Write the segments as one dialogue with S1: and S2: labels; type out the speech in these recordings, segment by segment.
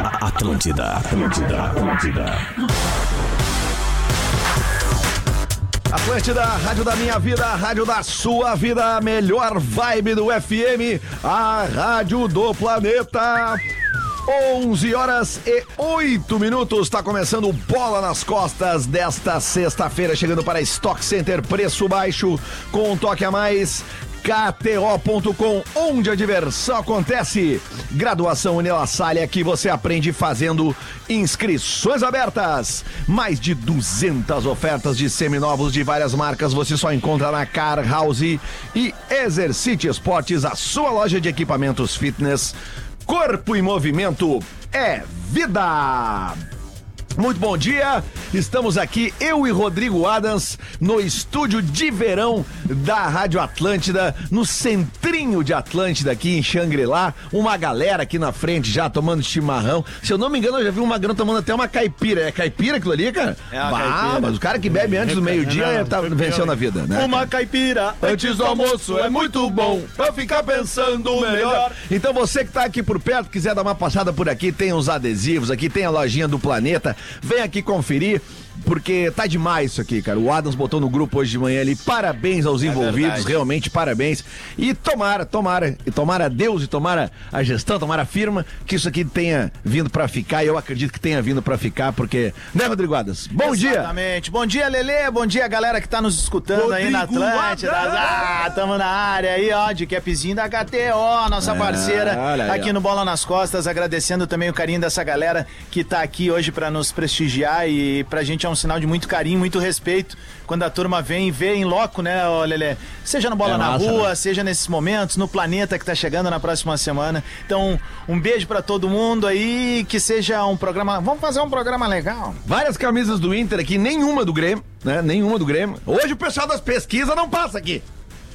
S1: Atlântida, Atlântida, Atlântida.
S2: Atlântida, rádio da minha vida, rádio da sua vida, a melhor vibe do FM, a rádio do planeta. 11 horas e 8 minutos, está começando o Bola nas Costas desta sexta-feira, chegando para Stock Center, preço baixo, com um toque a mais. KTO.com, onde a diversão acontece. Graduação Unila Salha, que você aprende fazendo inscrições abertas. Mais de 200 ofertas de seminovos de várias marcas você só encontra na Car House e Exercite Esportes, a sua loja de equipamentos fitness. Corpo em movimento é vida. Muito bom dia, estamos aqui, eu e Rodrigo Adams, no estúdio de verão da Rádio Atlântida, no centrinho de Atlântida, aqui em Xangri-Lá. Uma galera aqui na frente já tomando chimarrão. Se eu não me engano, eu já vi um magrão tomando até uma caipira. É caipira aquilo ali, cara?
S3: É uma
S2: bah,
S3: caipira.
S2: mas o cara que bebe antes do meio-dia
S3: Não,
S2: tá
S3: foi pior,
S2: vencendo
S3: hein?
S2: a vida, né?
S3: Uma caipira
S2: Antes do almoço é muito bom pra ficar pensando o melhor. Então você que tá aqui por perto, quiser dar uma passada por aqui, tem uns adesivos aqui, tem a lojinha do Planeta. Vem aqui conferir, porque tá demais isso aqui, cara. O Adams botou no grupo hoje de manhã ali, parabéns aos envolvidos,
S3: verdade.
S2: realmente parabéns. E tomara, tomara, e tomara Deus e tomara a gestão, tomara a firma, que isso aqui tenha vindo pra ficar, e eu acredito que tenha vindo pra ficar, porque... Né, Rodrigo Adams? Bom dia!
S3: Exatamente. Bom dia, Lelê. Bom dia, galera que tá nos escutando aí na
S2: Rodrigo
S3: Atlântida.
S2: Adams.
S3: Ah, tamo na área aí, ó, de capzinho da KTO, nossa
S2: Ah, olha aí,
S3: parceira aqui
S2: ó.
S3: no Bola nas Costas. Agradecendo também o carinho dessa galera que tá aqui hoje pra nos prestigiar e pra gente é um sinal de muito carinho, muito respeito quando a turma vem e vê em loco, né, ô, Lelê? Seja no Bola
S2: É
S3: na
S2: massa,
S3: Rua,
S2: né?
S3: seja nesses momentos, no planeta que tá chegando na próxima semana. Então, um beijo pra todo mundo aí, que seja um programa. Vamos fazer um programa legal.
S2: Várias camisas do Inter aqui, nenhuma do Grêmio, né? Nenhuma do Grêmio. Hoje o pessoal das pesquisas não passa aqui.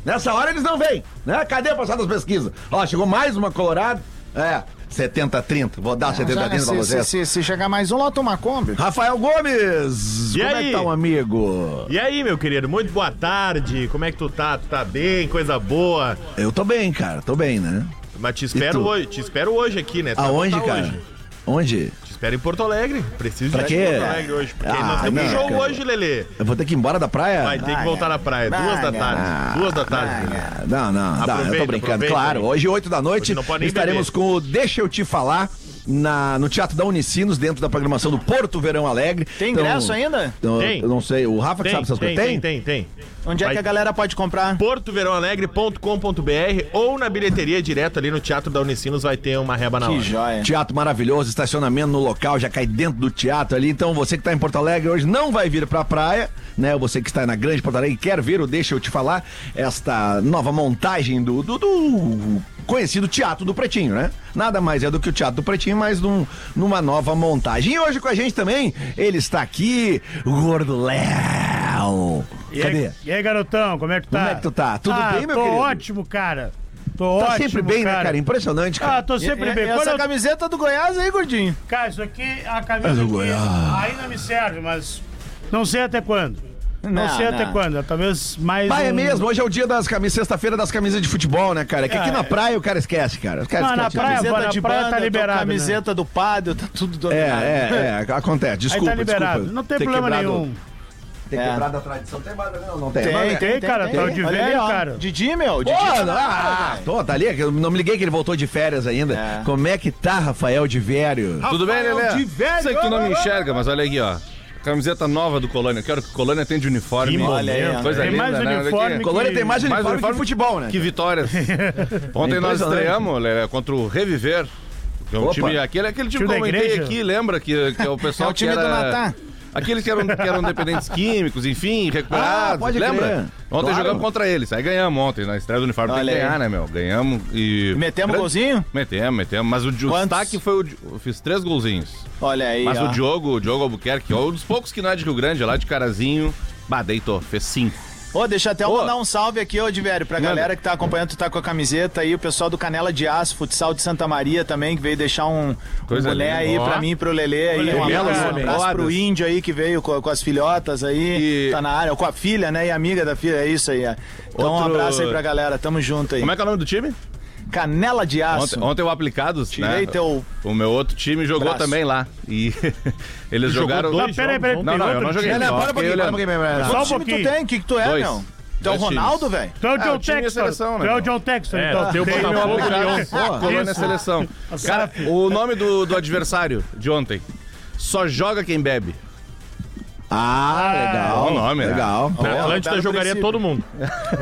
S2: Nessa hora eles não vêm, né? Cadê o pessoal das pesquisas? Ó, chegou mais uma Colorado. É, 70-30. Vou dar 70-30 pra
S3: se, se,
S2: vocês.
S3: se, se chegar mais um, lota uma Kombi.
S2: Rafael Gomes!
S4: E
S2: como é
S4: aí?
S2: que tá um amigo?
S4: E aí, meu querido, muito boa tarde. Como é que tu tá? Tu tá bem? Coisa boa.
S2: Eu tô bem, cara, tô bem, né?
S4: Mas te
S2: E
S4: espero
S2: tu?
S4: hoje, te espero hoje aqui, né? Tu vai
S2: Aonde,
S4: voltar
S2: cara?
S4: hoje.
S2: Onde?
S4: Te espero em Porto Alegre. Preciso
S2: Pra
S4: já
S2: quê?
S4: de Porto Alegre hoje. Porque
S2: Ah,
S4: nós temos
S2: não,
S4: jogo
S2: cara.
S4: hoje, Lelê.
S2: Eu vou ter que ir embora da praia?
S4: Vai ter
S3: Ah,
S4: que voltar na praia.
S3: cara.
S4: Duas da
S3: Ah,
S4: tarde.
S2: cara.
S4: Duas da tarde, Lelê.
S2: Ah, Não, não, não, eu tô
S4: É. Aproveita,
S2: brincando.
S4: aproveita.
S2: Claro, hoje, 8 da noite,
S4: Hoje não pode nem
S2: estaremos
S4: beber.
S2: com o Deixa Eu Te Falar na, no Teatro da Unicinos, dentro da programação do Porto Verão Alegre. Então,
S3: Tem ingresso ainda?
S2: Eu,
S4: Tem.
S2: eu não sei, o Rafa que sabe essas coisas.
S4: tem, tem, tem, tem.
S3: Onde é
S4: Vai-
S3: que a galera pode comprar?
S4: portoverãoalegre.com.br ou na bilheteria direto ali no Teatro da Unicinos vai ter uma reba na hora.
S3: joia.
S5: Tipo,
S2: Teatro maravilhoso, estacionamento no local, já cai dentro do teatro ali. Então você que tá em Porto Alegre hoje não vai vir pra praia, né? Você que está na Grande Porto Alegre e quer ver o Deixa Eu Te Falar, esta nova montagem do, do, do conhecido Teatro do Pretinho, né? Nada mais é do que o Teatro do Pretinho, mas num, numa nova montagem. E hoje com a gente também, ele está aqui, o Gordo Léo.
S5: E é
S2: Cadê?
S5: aí, e aí, garotão, como é que tá?
S2: Como é que tu tá? Tudo
S5: Ah,
S2: bem, meu
S5: tô
S2: querido?
S5: ótimo, cara. Tô
S2: Tá
S5: ótimo,
S2: sempre bem, né, cara? Impressionante, cara. É,
S5: Ah, tô sempre
S3: E- e-
S5: bem. Quando
S3: essa
S5: eu...
S3: camiseta do Goiás aí, gordinho.
S5: Cara, isso aqui é a camisa
S2: do
S5: que
S2: Goiás.
S5: ainda me serve, mas não sei até quando. Não,
S3: Não,
S5: sei até
S3: não.
S5: quando. Talvez mais
S2: Bah, é
S5: um-
S2: mesmo, hoje é o dia das camisas, sexta-feira das camisas de futebol, né, cara? É que aqui
S5: É.
S2: na praia o cara esquece, cara. O cara
S5: Não, na
S2: esquece,
S5: praia,
S2: né?
S5: vou na praia, tá
S3: tô com
S5: liberado,
S3: Camiseta do Padre, tá tudo do
S2: É, é, é, acontece.
S5: Aí
S2: Desculpa,
S5: tá liberado.
S2: desculpa.
S5: Não tem
S2: Ter
S5: problema
S2: quebrado-
S5: nenhum.
S2: Ter
S3: É.
S2: quebrado a tradição. Tem mais, não, não tem.
S3: Tem,
S2: Mas,
S3: tem,
S2: né?
S3: tem,
S5: cara, tá o de
S3: Olha aí,
S5: velho,
S3: ó.
S5: cara.
S3: Didi, meu. Didi.
S2: Pô,
S3: tá lá,
S2: ah,
S3: velho.
S2: tô, tá ali, que eu não me liguei que ele voltou de férias ainda.
S3: É.
S2: Como é que tá, Rafael de Vério?
S6: Tudo
S4: né?
S6: bem,
S3: Rafael
S6: Lelê?
S3: de velho.
S6: Sei que tu não me enxerga, mas olha aqui, ó. Camiseta nova do Colônia. Quero que o Colônia tenha de uniforme.
S4: Que
S3: Olha aí, ó.
S6: Coisa
S5: Tem
S6: linda,
S5: mais um
S6: né? Olha aqui.
S5: uniforme que-
S2: Colônia tem mais uniforme,
S6: Mais
S2: que
S6: uniforme
S2: futebol, né?
S6: Que vitórias. Ontem nós
S2: Impressionante.
S6: estreamos Lelé, contra o Reviver. Que é um
S2: Opa.
S6: time, aquele, aquele time
S5: Time
S6: que eu
S5: da
S6: comentei
S5: igreja?
S6: aqui, lembra? Que, que é o pessoal
S3: É o time
S6: que
S3: do
S6: era...
S3: Natan.
S6: Aqueles que eram, que eram dependentes químicos, enfim, recuperados,
S2: Ah, pode
S6: lembra?
S2: crer.
S6: Ontem
S2: Claro.
S6: jogamos contra eles, aí ganhamos ontem, na estreia do uniforme tem
S3: Olha
S6: que
S3: aí.
S6: ganhar, né, meu? Ganhamos e...
S3: Metemos golzinho?
S6: Metemos, metemos, mas o, de- o
S3: Quantos?
S6: destaque foi o... de- Eu fiz três golzinhos.
S3: Olha aí,
S6: Mas
S3: ó.
S6: o Diogo, o Diogo Albuquerque, ó, um dos poucos que não é de Rio Grande, é lá de Carazinho. Bah, deitou, fez cinco.
S3: Ô, deixa até eu
S6: Ô.
S3: mandar um salve aqui, ô, Diverio, pra
S6: Manda.
S3: galera que tá acompanhando, tu tá com a camiseta aí, o pessoal do Canela de Aço, Futsal de Santa Maria também, que veio deixar um, um
S6: Coisa
S3: boné
S6: linda.
S3: aí
S6: Ó.
S3: pra mim, e pro Lelê aí,
S5: Olha
S3: um
S5: aí,
S3: abraço,
S5: cara.
S3: um abraço pro
S6: Rodas.
S3: índio aí que veio co- com, as filhotas aí,
S6: E-
S3: tá na área, com a filha, né, e amiga da filha, é isso aí, é. Então um
S6: Outro-
S3: abraço aí pra galera, tamo junto aí.
S6: Como é que é o nome do time?
S3: Canela de aço.
S6: Ontem, ontem o Aplicados,
S3: Tirei
S6: né?
S3: teu-
S6: O meu outro time jogou
S3: é Braço.
S6: também lá. E eles jogaram.
S4: dois
S5: Não, peraí, peraí,
S4: jogos,
S6: Não,
S5: tem
S6: não, eu
S5: outro
S6: não joguei.
S5: time?
S6: Não,
S3: para um
S6: fiquei
S3: pouquinho, para um
S6: olhando.
S3: pouquinho, para um pouquinho.
S5: Só um
S3: Quantos times
S5: pouquinho.
S3: tu tem? O que, que tu é,
S6: Dois.
S3: meu? Tu é o
S6: Dois times.
S3: Ronaldo, velho?
S5: Tu é o
S6: Ah,
S5: John
S6: o time é
S5: Textor.
S6: seleção, né,
S5: Tu é o
S6: irmão?
S5: John Textor,
S4: É,
S5: então.
S4: tem o
S5: Tem meu
S4: Botafogo
S5: avô
S4: de
S5: Leão.
S4: Leão.
S6: Pô, colônia
S5: Isso.
S6: seleção.
S5: Nossa.
S6: Cara, o nome do, do adversário de ontem. Só joga quem bebe.
S2: Ah, legal.
S6: bom É nome, né?
S2: Legal.
S4: Na
S3: Boa,
S4: Atlântida
S3: belo
S4: jogaria
S3: princípio.
S4: todo mundo.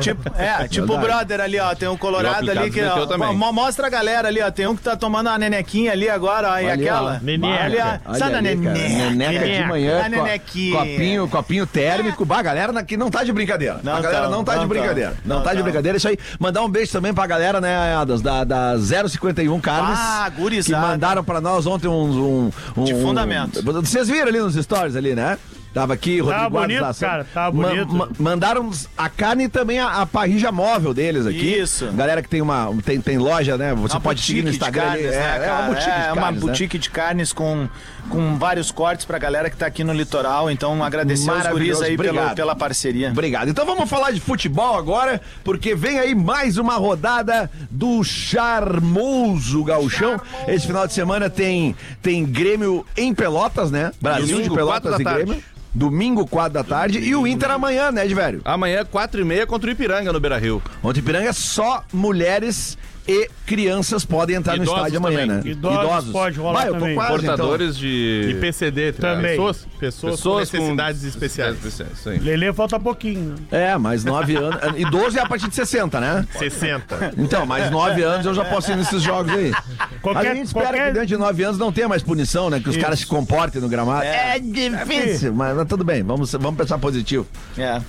S3: Tipo, é, tipo o
S2: Verdade.
S3: brother ali, ó. Tem um colorado
S6: E o
S3: ali que.
S6: Aplicados
S3: Ó,
S6: meteu também.
S3: mo- mostra a galera ali, ó. Tem um que tá tomando a nenequinha ali agora, ó. E
S7: Ali, ó.
S3: aquela.
S4: Neneca.
S3: Ali, ó. Sabe a
S7: ali, cara,
S3: neneca?
S7: Neneca de
S4: Neneca.
S7: manhã,
S3: A
S7: co-
S3: nenequinha.
S7: copinho, copinho térmico.
S2: Bah, a galera na- que não tá de brincadeira.
S3: Não
S2: a galera
S3: tão,
S2: não tá
S3: não
S2: de
S3: tão.
S2: brincadeira. Não,
S3: Não
S2: tá de
S3: tão.
S2: brincadeira, isso aí. Mandar um beijo também pra galera, né, Adams, da, da 051 Carnes.
S3: Ah, gurizada.
S2: Que mandaram pra nós ontem uns- um... um,
S3: De
S2: um-
S3: fundamento.
S2: vocês viram ali nos stories ali, né? Tava aqui, Rodrigo
S5: Tava
S2: Alves
S5: Tá bonito,
S2: da Ação.
S5: cara, tava bonito.
S2: mandaram a carne e também a, a parrija móvel deles aqui.
S3: Isso.
S2: Galera que tem uma... Tem, tem loja, né? Você
S3: Uma
S2: pode seguir no
S3: boutique de
S2: Instagram ali.
S3: carnes, né,
S2: é, é uma
S3: cara?
S2: boutique de
S3: É, uma
S2: carnes, né?
S3: boutique de carnes com, com vários cortes pra galera que tá aqui no litoral. Então, agradecer aos guris
S2: Maravilhoso,
S3: aí pela,
S2: obrigado.
S3: pela parceria.
S2: Obrigado. Então vamos falar de futebol agora, porque vem aí mais uma rodada do charmoso gauchão. Esse final de semana tem, tem Grêmio em Pelotas, né? Brasil de
S6: Domingo,
S2: Pelotas
S6: quatro
S2: e
S6: da tarde.
S2: Grêmio. Domingo, 4 da tarde. E o Inter amanhã, né, de velho?
S6: Amanhã, 4h30 contra o Ipiranga no Beira Rio.
S2: Ontem Piranga só mulheres e crianças podem entrar no
S6: Idosos
S2: estádio amanhã,
S6: também.
S2: né?
S5: Idosos pode rolar
S2: Vai, eu tô
S5: também.
S2: quase, então.
S6: Portadores de.
S4: E PCD
S5: Também.
S4: Pessoas, pessoas, com necessidades especiais.
S6: Sim.
S5: Lele falta pouquinho. né?
S2: É, mas 9 anos. Idoso é a partir de 60, né?
S4: 60.
S2: Então, mais 9 anos eu já posso ir nesses jogos aí.
S5: Qualquer-
S2: a gente espera
S5: qualquer-
S2: que um dentro de 9 anos não tenha mais punição, né? Que os caras se comportem no gramado. É, difícil, mas, mas tudo bem, vamos, vamos pensar positivo.
S3: É.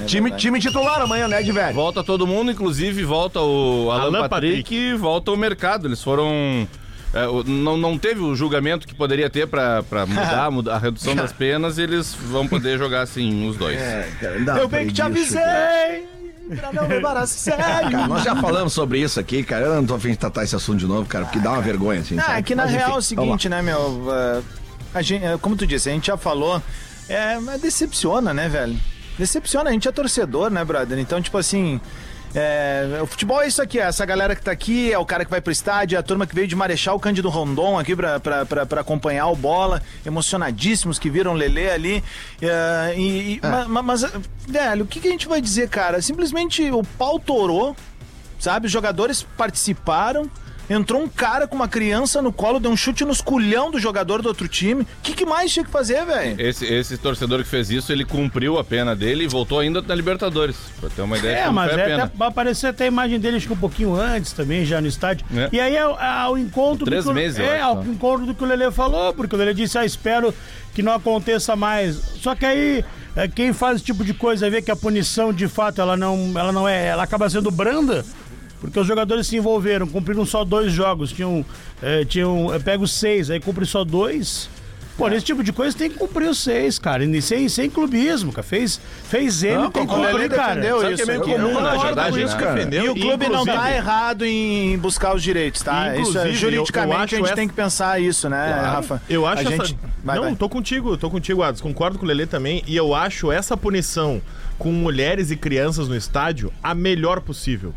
S3: É
S2: time,
S3: verdade.
S2: time titular amanhã, né, de velho?
S6: Volta todo mundo, inclusive volta o Alan,
S4: Alan
S6: Patrick,
S4: Patrick.
S6: e volta o mercado. Eles foram. é, o- não, não teve o julgamento que poderia ter pra pra mudar, mudar a redução das penas, e eles vão poder jogar assim, os dois.
S5: É.
S3: Eu bem que te avisei pra não me embaraçar.
S2: Cara, nós já falamos sobre isso aqui, cara. Eu não tô afim de tratar esse assunto de novo, cara, porque dá uma vergonha, assim.
S3: Ah,
S2: sabe?
S3: é que na
S2: Mas, enfim,
S3: real é o
S2: vamos lá.
S3: seguinte, né, meu? eh, a gente, eh, como tu disse, a gente já falou. É, mas decepciona, né, velho? Decepciona, a gente é torcedor, né, brother? Então, tipo assim. é, o futebol é isso aqui, é essa galera que tá aqui, é o cara que vai pro estádio, é a turma que veio de Marechal Cândido Rondon aqui pra, pra, pra, pra acompanhar o bola, emocionadíssimos que viram o Lelê ali. é, e, e- ma- ma- Mas, eh, velho, o que, que a gente vai dizer, cara? Simplesmente o pau torou, sabe? Os jogadores participaram. Entrou um cara com uma criança no colo, deu um chute nos culhão do jogador do outro time. O que, que mais tinha que fazer, velho?
S6: Esse, esse torcedor que fez isso, ele cumpriu a pena dele e voltou ainda na Libertadores. Pra ter uma ideia de
S5: É,
S6: como
S5: mas
S6: foi a
S5: é
S6: pena.
S5: até, apareceu até a imagem dele acho que um pouquinho antes também, já no estádio.
S6: É.
S5: E aí é, o- é o encontro
S6: Três
S5: do que o,
S6: meses, eu
S5: é,
S6: acho,
S5: ao
S6: tá.
S5: encontro do que o Lele falou, porque o Lele disse, ah, espero que não aconteça mais. Só que aí é, quem faz esse tipo de coisa e vê que a punição de fato ela não, ela não é, ela acaba sendo branda. Porque os jogadores se envolveram, cumpriram só dois jogos, tinham, é, tinham é, pego seis, aí cumpre só dois. Pô, nesse tipo de coisa tem que cumprir os seis, cara. E sem, sem clubismo, cara. Fez, fez ele, tem que
S3: o Lelê
S5: cumprir, cara.
S3: defendeu
S6: Sabe
S3: isso
S6: que é meio
S3: aqui,
S6: comum,
S3: né?
S6: na
S5: concordo
S6: verdade,
S5: com isso,
S6: né?
S5: cara.
S3: E o clube não
S4: Inclusive-
S3: tá errado em buscar os direitos, tá? Isso é,
S4: Inclusive, eu- eu
S3: juridicamente
S4: acho
S3: a gente
S4: essa-
S3: tem que pensar isso, né, Rafa?
S4: Eu acho
S3: a
S4: essa...
S3: gente... Vai,
S4: não,
S3: vai.
S4: tô contigo, tô contigo, Adas. Concordo com o Lelê também. E eu acho essa punição com mulheres e crianças no estádio a melhor possível.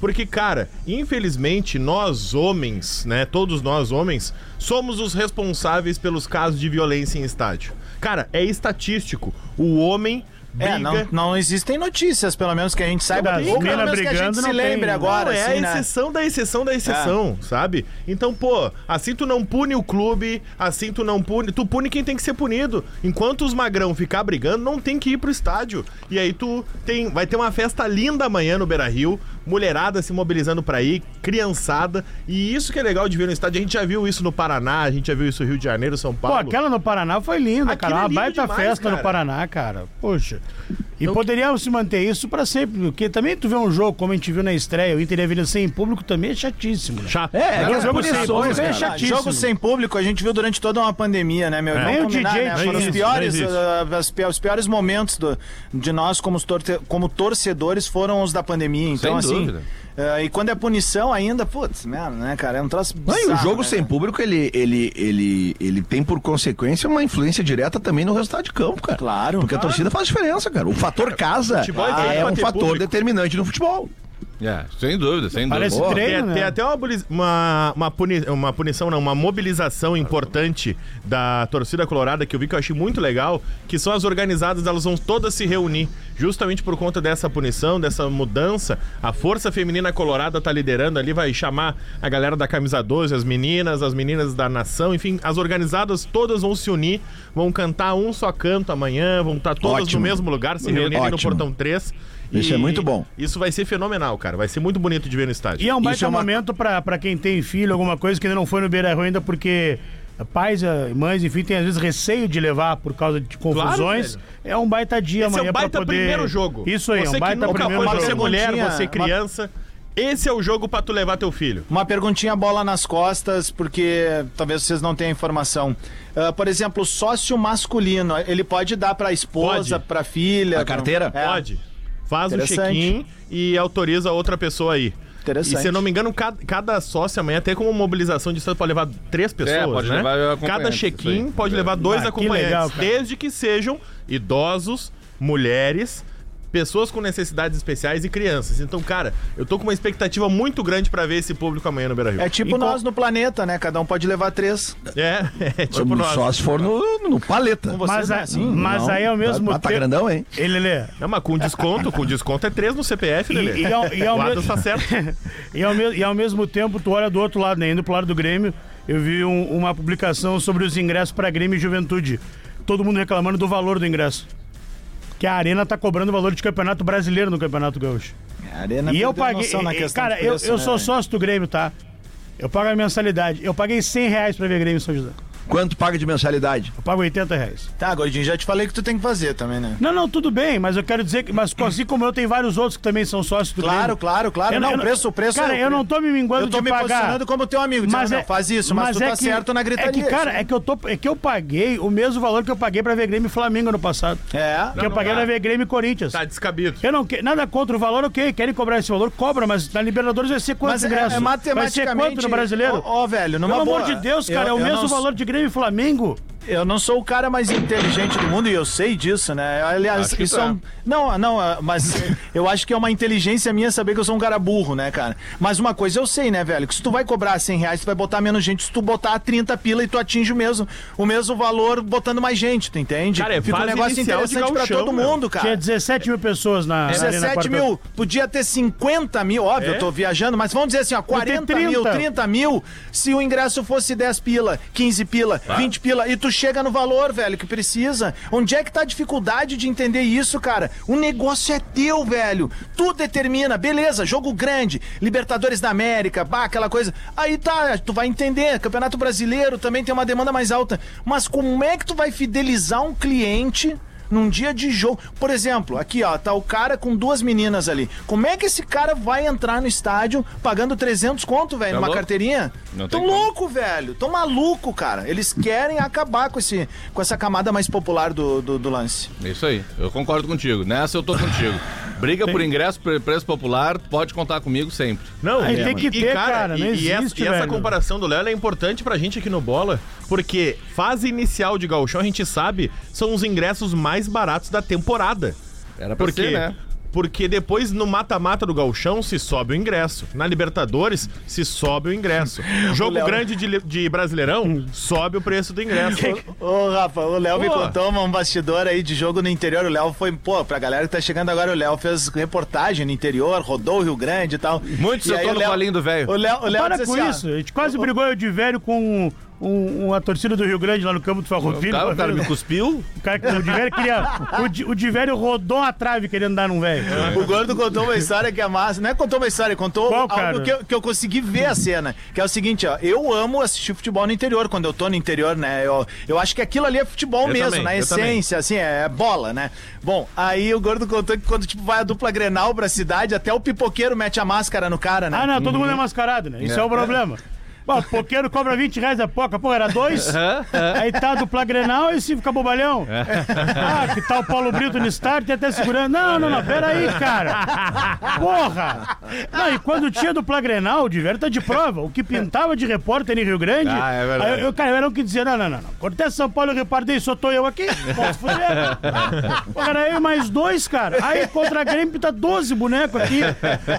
S4: Porque, cara, infelizmente, nós homens, né? Todos nós homens, somos os responsáveis pelos casos de violência em estádio. Cara, é estatístico. O homem briga...
S3: É, não, não existem notícias, pelo menos que a gente saiba.
S5: Verdade,
S3: Ou pelo
S5: mina
S3: menos que a
S5: brigando
S3: gente se
S5: não tem,
S3: lembre
S5: né?
S3: agora,
S4: Não, é
S3: assim, Ah. né?
S4: a exceção da exceção da exceção, sabe? Então, pô, assim tu não pune o clube, assim tu não pune. Tu pune quem tem que ser punido. Enquanto os magrão ficar brigando, não tem que ir pro estádio. E aí tu tem. Vai ter uma festa linda amanhã no Beira Rio, mulherada se mobilizando pra ir, criançada. E isso que é legal de ver no estádio. A gente já viu isso no Paraná, a gente já viu isso no Rio de Janeiro, São
S5: Pô,
S4: Paulo.
S5: aquela no Paraná foi linda,
S4: Aquilo
S5: cara. Uma
S4: é lindo
S5: baita
S4: demais,
S5: festa no
S4: cara. Então,
S5: Paraná, cara. Poxa. E poderíamos se manter isso pra sempre, porque também tu vê um jogo, como a gente viu na estreia, o Inter e Avenida sem público também é chatíssimo. Né?
S4: Chato.
S2: É,
S5: Agora,
S2: é,
S5: jogo sem
S2: punições,
S5: público é
S2: cara.
S5: chatíssimo.
S3: Jogo sem público a gente viu durante toda uma pandemia, né, meu?
S5: Nem o
S3: Vamos
S5: DJ
S3: né?
S5: tinha
S3: Foram os
S5: isso,
S3: piores,
S4: não existe.
S3: ah, as pi- os piores momentos do- de nós como, os torce- como torcedores foram os da pandemia. Então,
S6: Sem
S3: assim.
S6: dúvida.
S3: ah, e quando é punição ainda, putz, merda, né, cara? É um troço.
S2: Não, e o
S3: bizarro,
S2: jogo
S3: né?
S2: sem público, ele, ele, ele, ele tem por consequência uma influência direta também no resultado de campo, cara.
S3: Claro.
S2: Porque a torcida faz diferença, cara. O fator casa
S4: futebol é feito
S2: é
S4: pra
S2: um
S4: ter
S2: fator
S4: público.
S2: determinante no futebol.
S6: É, sem dúvida, sem
S5: Parece
S6: dúvida.
S4: Tem,
S5: treino,
S4: tem
S5: né?
S4: até uma, aboli- uma, uma puni- uma punição, não, uma mobilização importante da torcida colorada que eu vi que eu achei muito legal, que são as organizadas, elas vão todas se reunir, justamente por conta dessa punição, dessa mudança. A força feminina colorada tá liderando ali, vai chamar a galera da camisa 12, as meninas, as meninas da nação, enfim, as organizadas todas vão se unir, vão cantar um só canto amanhã, vão estar todas
S2: Ótimo.
S4: no mesmo lugar, se reunirem no
S2: Ótimo.
S4: portão 3.
S2: Isso é muito bom.
S4: Isso vai ser fenomenal, cara. Vai ser muito bonito de ver no estádio.
S5: E é um baita
S2: é uma-
S5: momento pra, pra quem tem filho, alguma coisa que ainda não foi no Beira Rio ainda, porque pais, eh, mães, enfim, tem às vezes receio de levar por causa de confusões.
S4: velho.
S5: é um baita dia
S4: Esse é
S5: amanhã
S4: o baita
S5: pra poder...
S4: primeiro jogo.
S5: Isso aí, é
S4: você
S5: um baita
S4: que nunca
S5: primeiro
S4: foi,
S5: jogo.
S4: você mulher,
S3: Uma-
S4: você criança. Esse é o jogo pra tu levar teu filho.
S3: Uma perguntinha bola nas costas, porque talvez vocês não tenham informação. Ah, por exemplo, sócio masculino, ele pode dar pra esposa,
S4: Pode.
S3: pra filha.
S2: A carteira?
S3: pra- É.
S4: Pode. Faz o
S3: Interessante.
S4: check-in e autoriza outra pessoa aí.
S3: Interessante.
S4: E se eu não me engano, cada, cada sócio amanhã tem como mobilização de sócio pode levar três pessoas,
S6: pode
S4: né?
S6: levar acompanhantes,
S4: cada
S6: isso
S4: check-in
S6: aí.
S4: pode levar dois
S5: Ah, que
S4: acompanhantes,
S5: legal, cara.
S4: desde que sejam idosos, mulheres, pessoas com necessidades especiais e crianças. Então, cara, eu tô com uma expectativa muito grande pra ver esse público amanhã no Beira-Rio.
S3: É tipo
S4: E com-
S3: nós no planeta, né? Cada um pode levar três.
S4: É, é tipo nós.
S2: Só se for no, no paleta.
S3: você
S5: Mas,
S3: não é
S4: né?
S5: a-
S3: assim?
S5: mas aí ao mesmo
S2: Tá- tá
S5: tempo...
S2: grandão, hein?
S5: Ele, ele...
S4: Não, mas É com desconto, com desconto é 3 no CPF,
S5: E,
S4: Lelê.
S5: e ao, e ao
S4: O
S5: mesmo-
S4: Adams tá certo.
S5: e, ao mesmo, e ao mesmo tempo, tu olha do outro lado, né? Indo pro lado do Grêmio, eu vi um- uma publicação sobre os ingressos pra Grêmio e Juventude. Todo mundo reclamando do valor do ingresso. Que a Arena tá cobrando o valor de campeonato brasileiro no Campeonato Gaúcho.
S3: A Arena
S5: e eu
S3: perdeu a
S5: paguei.
S3: é noção na
S5: e-
S3: questão
S5: cara,
S3: de preço,
S5: eu, eu
S3: né,
S5: sou
S3: velho?
S5: sócio do Grêmio, tá? Eu pago a mensalidade. Eu paguei 100 reais pra ver Grêmio em São José.
S2: Quanto paga de mensalidade?
S5: Eu pago 80 reais.
S3: Tá, Gordinho, já te falei que tu tem que fazer também, né?
S5: Não, não, tudo bem, mas eu quero dizer que. Mas assim como eu, tem vários outros que também são sócios do
S3: Claro,
S5: Grêmio.
S3: claro, claro.
S5: Eu
S3: não,
S5: eu
S3: o preço, o preço.
S5: Cara,
S3: é o
S5: eu
S3: preço.
S5: não tô me minguando
S3: Eu tô
S5: de
S3: me
S5: pagar.
S3: posicionando como teu amigo. Mas não, faz isso, mas, tu tá
S5: que-
S3: certo na gritaria.
S5: É que, cara,
S3: isso.
S5: é que eu, tô, é que eu paguei o mesmo valor que eu paguei pra ver Grêmio e Flamengo ano passado.
S3: É.
S5: que eu
S4: não
S5: paguei
S4: dá.
S5: pra ver Grêmio e Corinthians.
S4: Tá descabido.
S5: Eu não quero nada contra o valor, ok. Querem cobrar esse valor? Cobra, mas na Libertadores vai ser quanto
S3: Mas é,
S5: ingresso?
S3: é
S5: Vai ser
S3: matematicamente.
S5: quanto no brasileiro?
S3: Ó, ó, velho, numa
S5: Pelo
S3: boa.
S5: amor de Deus, cara,
S3: Eu-
S5: é o
S3: eu
S5: mesmo
S3: não-
S5: valor de Grêmio e Flamengo.
S3: Eu não sou o cara mais inteligente do mundo e eu sei disso, né? Aliás,
S6: Acho que
S3: isso
S6: tá.
S3: é um... Não, não, ah, mas eu acho que é uma inteligência minha saber que eu sou um cara burro, né, cara? Mas uma coisa eu sei, né, velho? Que se tu vai cobrar 100 reais, tu vai botar menos gente. Se tu botar 30 pila e tu atinge o mesmo, o mesmo valor botando mais gente, tu entende?
S4: Cara, é
S3: Fica um
S4: fase
S3: negócio
S4: inicial de
S3: interessante pra
S4: gauchão,
S3: todo
S4: meu. Ah,
S3: mundo,
S5: Tinha
S3: cara.
S5: 17 mil pessoas na na Arena
S3: 17
S5: Quarta-
S3: mil, podia ter 50 mil, óbvio,
S4: É?
S3: eu tô viajando, mas vamos dizer assim, ó, 40 mil,
S5: 30.
S3: 30 mil, se o ingresso fosse 10 pila, 15 pila, 20 pila, e tu chega no valor, velho, que precisa. Onde é que tá a dificuldade de entender isso, cara? O negócio é teu, velho. Tu determina, beleza, jogo grande, Libertadores da América, bah, aquela coisa. Aí tá, tu vai entender, Campeonato Brasileiro também tem uma demanda mais alta. Mas como é que tu vai fidelizar um cliente num dia de jogo. Por exemplo, aqui ó, tá o cara com duas meninas ali. Como é que esse cara vai entrar no estádio pagando 300 conto, velho,
S6: Tá
S3: numa
S6: louco?
S3: carteirinha?
S6: Não
S3: Tão
S6: tem como.
S3: louco, velho. Tão maluco, cara. Eles querem acabar com, esse, com essa camada mais popular do, do, do lance.
S6: é Isso aí, eu concordo contigo. Nessa eu tô contigo. Briga por ingresso, pre- preço popular, pode contar comigo sempre.
S4: Não,
S5: Aí
S4: é,
S5: tem que
S4: mano.
S5: ter, cara, não
S4: e, e essa,
S5: existe,
S4: e essa
S5: velho.
S4: comparação do Léo ela é importante pra gente aqui no Bola, porque fase inicial de Gauchão, a gente sabe, são os ingressos mais baratos da temporada.
S6: Era pra
S4: Porque,
S6: ser, né?
S4: porque depois no mata-mata do Gauchão se sobe o ingresso. Na Libertadores se sobe o ingresso. Jogo
S3: Léo-
S4: grande de, li- de Brasileirão sobe o preço do ingresso.
S3: Ô, Rafa, o Léo me
S4: Pô.
S3: contou uma- um bastidor aí de jogo no interior. O Léo foi, pô, pra galera que tá chegando agora, o Léo fez reportagem no interior, rodou o Rio Grande e tal.
S6: Muito
S3: E aí
S6: sentou
S3: o
S6: no
S3: Léo-
S6: palinho do velho.
S3: O Léo, o Léo
S5: Para
S3: disse
S5: com
S3: assim, ó,
S5: isso. A gente quase brigou eu de velho com um- um- a torcida do Rio Grande lá no campo do
S3: Tá,
S6: O
S5: Farroupilha.
S4: Tá,
S6: cara, o cara me cuspiu,
S5: O cara que o Diverio queria. O, Di- o Diverio rodou a trave querendo dar num velho.
S3: O Gordo contou uma história que é massa. Não é que contou uma história, contou
S5: Qual, cara?
S3: algo que eu, que eu consegui ver a cena. Que é o seguinte, ó. Eu amo assistir futebol no interior, quando eu tô no interior, né? Eu, eu acho que aquilo ali é futebol
S4: Eu
S3: mesmo,
S4: também,
S3: na
S4: eu
S3: essência, assim, é, bola, né? Bom, aí o Gordo contou que quando tipo, vai a dupla Grenal pra cidade, até o pipoqueiro mete a máscara no cara, né?
S4: Ah,
S5: Ah, não, todo mundo é mascarado, né? Isso é, o problema. Bom, o poqueiro cobra 20 reais a poca. Pô, era dois? Aí tá dupla Grenal e se fica bobalhão. Ah, que tal o Paulo Brito no start e até segurando. Não, não, não, peraí, cara. Porra! Não, e quando tinha dupla Grenal, de verdade, tá de prova. O que pintava de repórter em Rio Grande.
S6: Ah, é verdade.
S5: aí eu, eu, cara, eu era o que dizia, não, não, não. não. Cortez São Paulo, eu repartei, só tô eu aqui. Posso fuder. Pô, Cara, eu e mais dois, cara. Aí contra a Grêmio tá 12 bonecos aqui.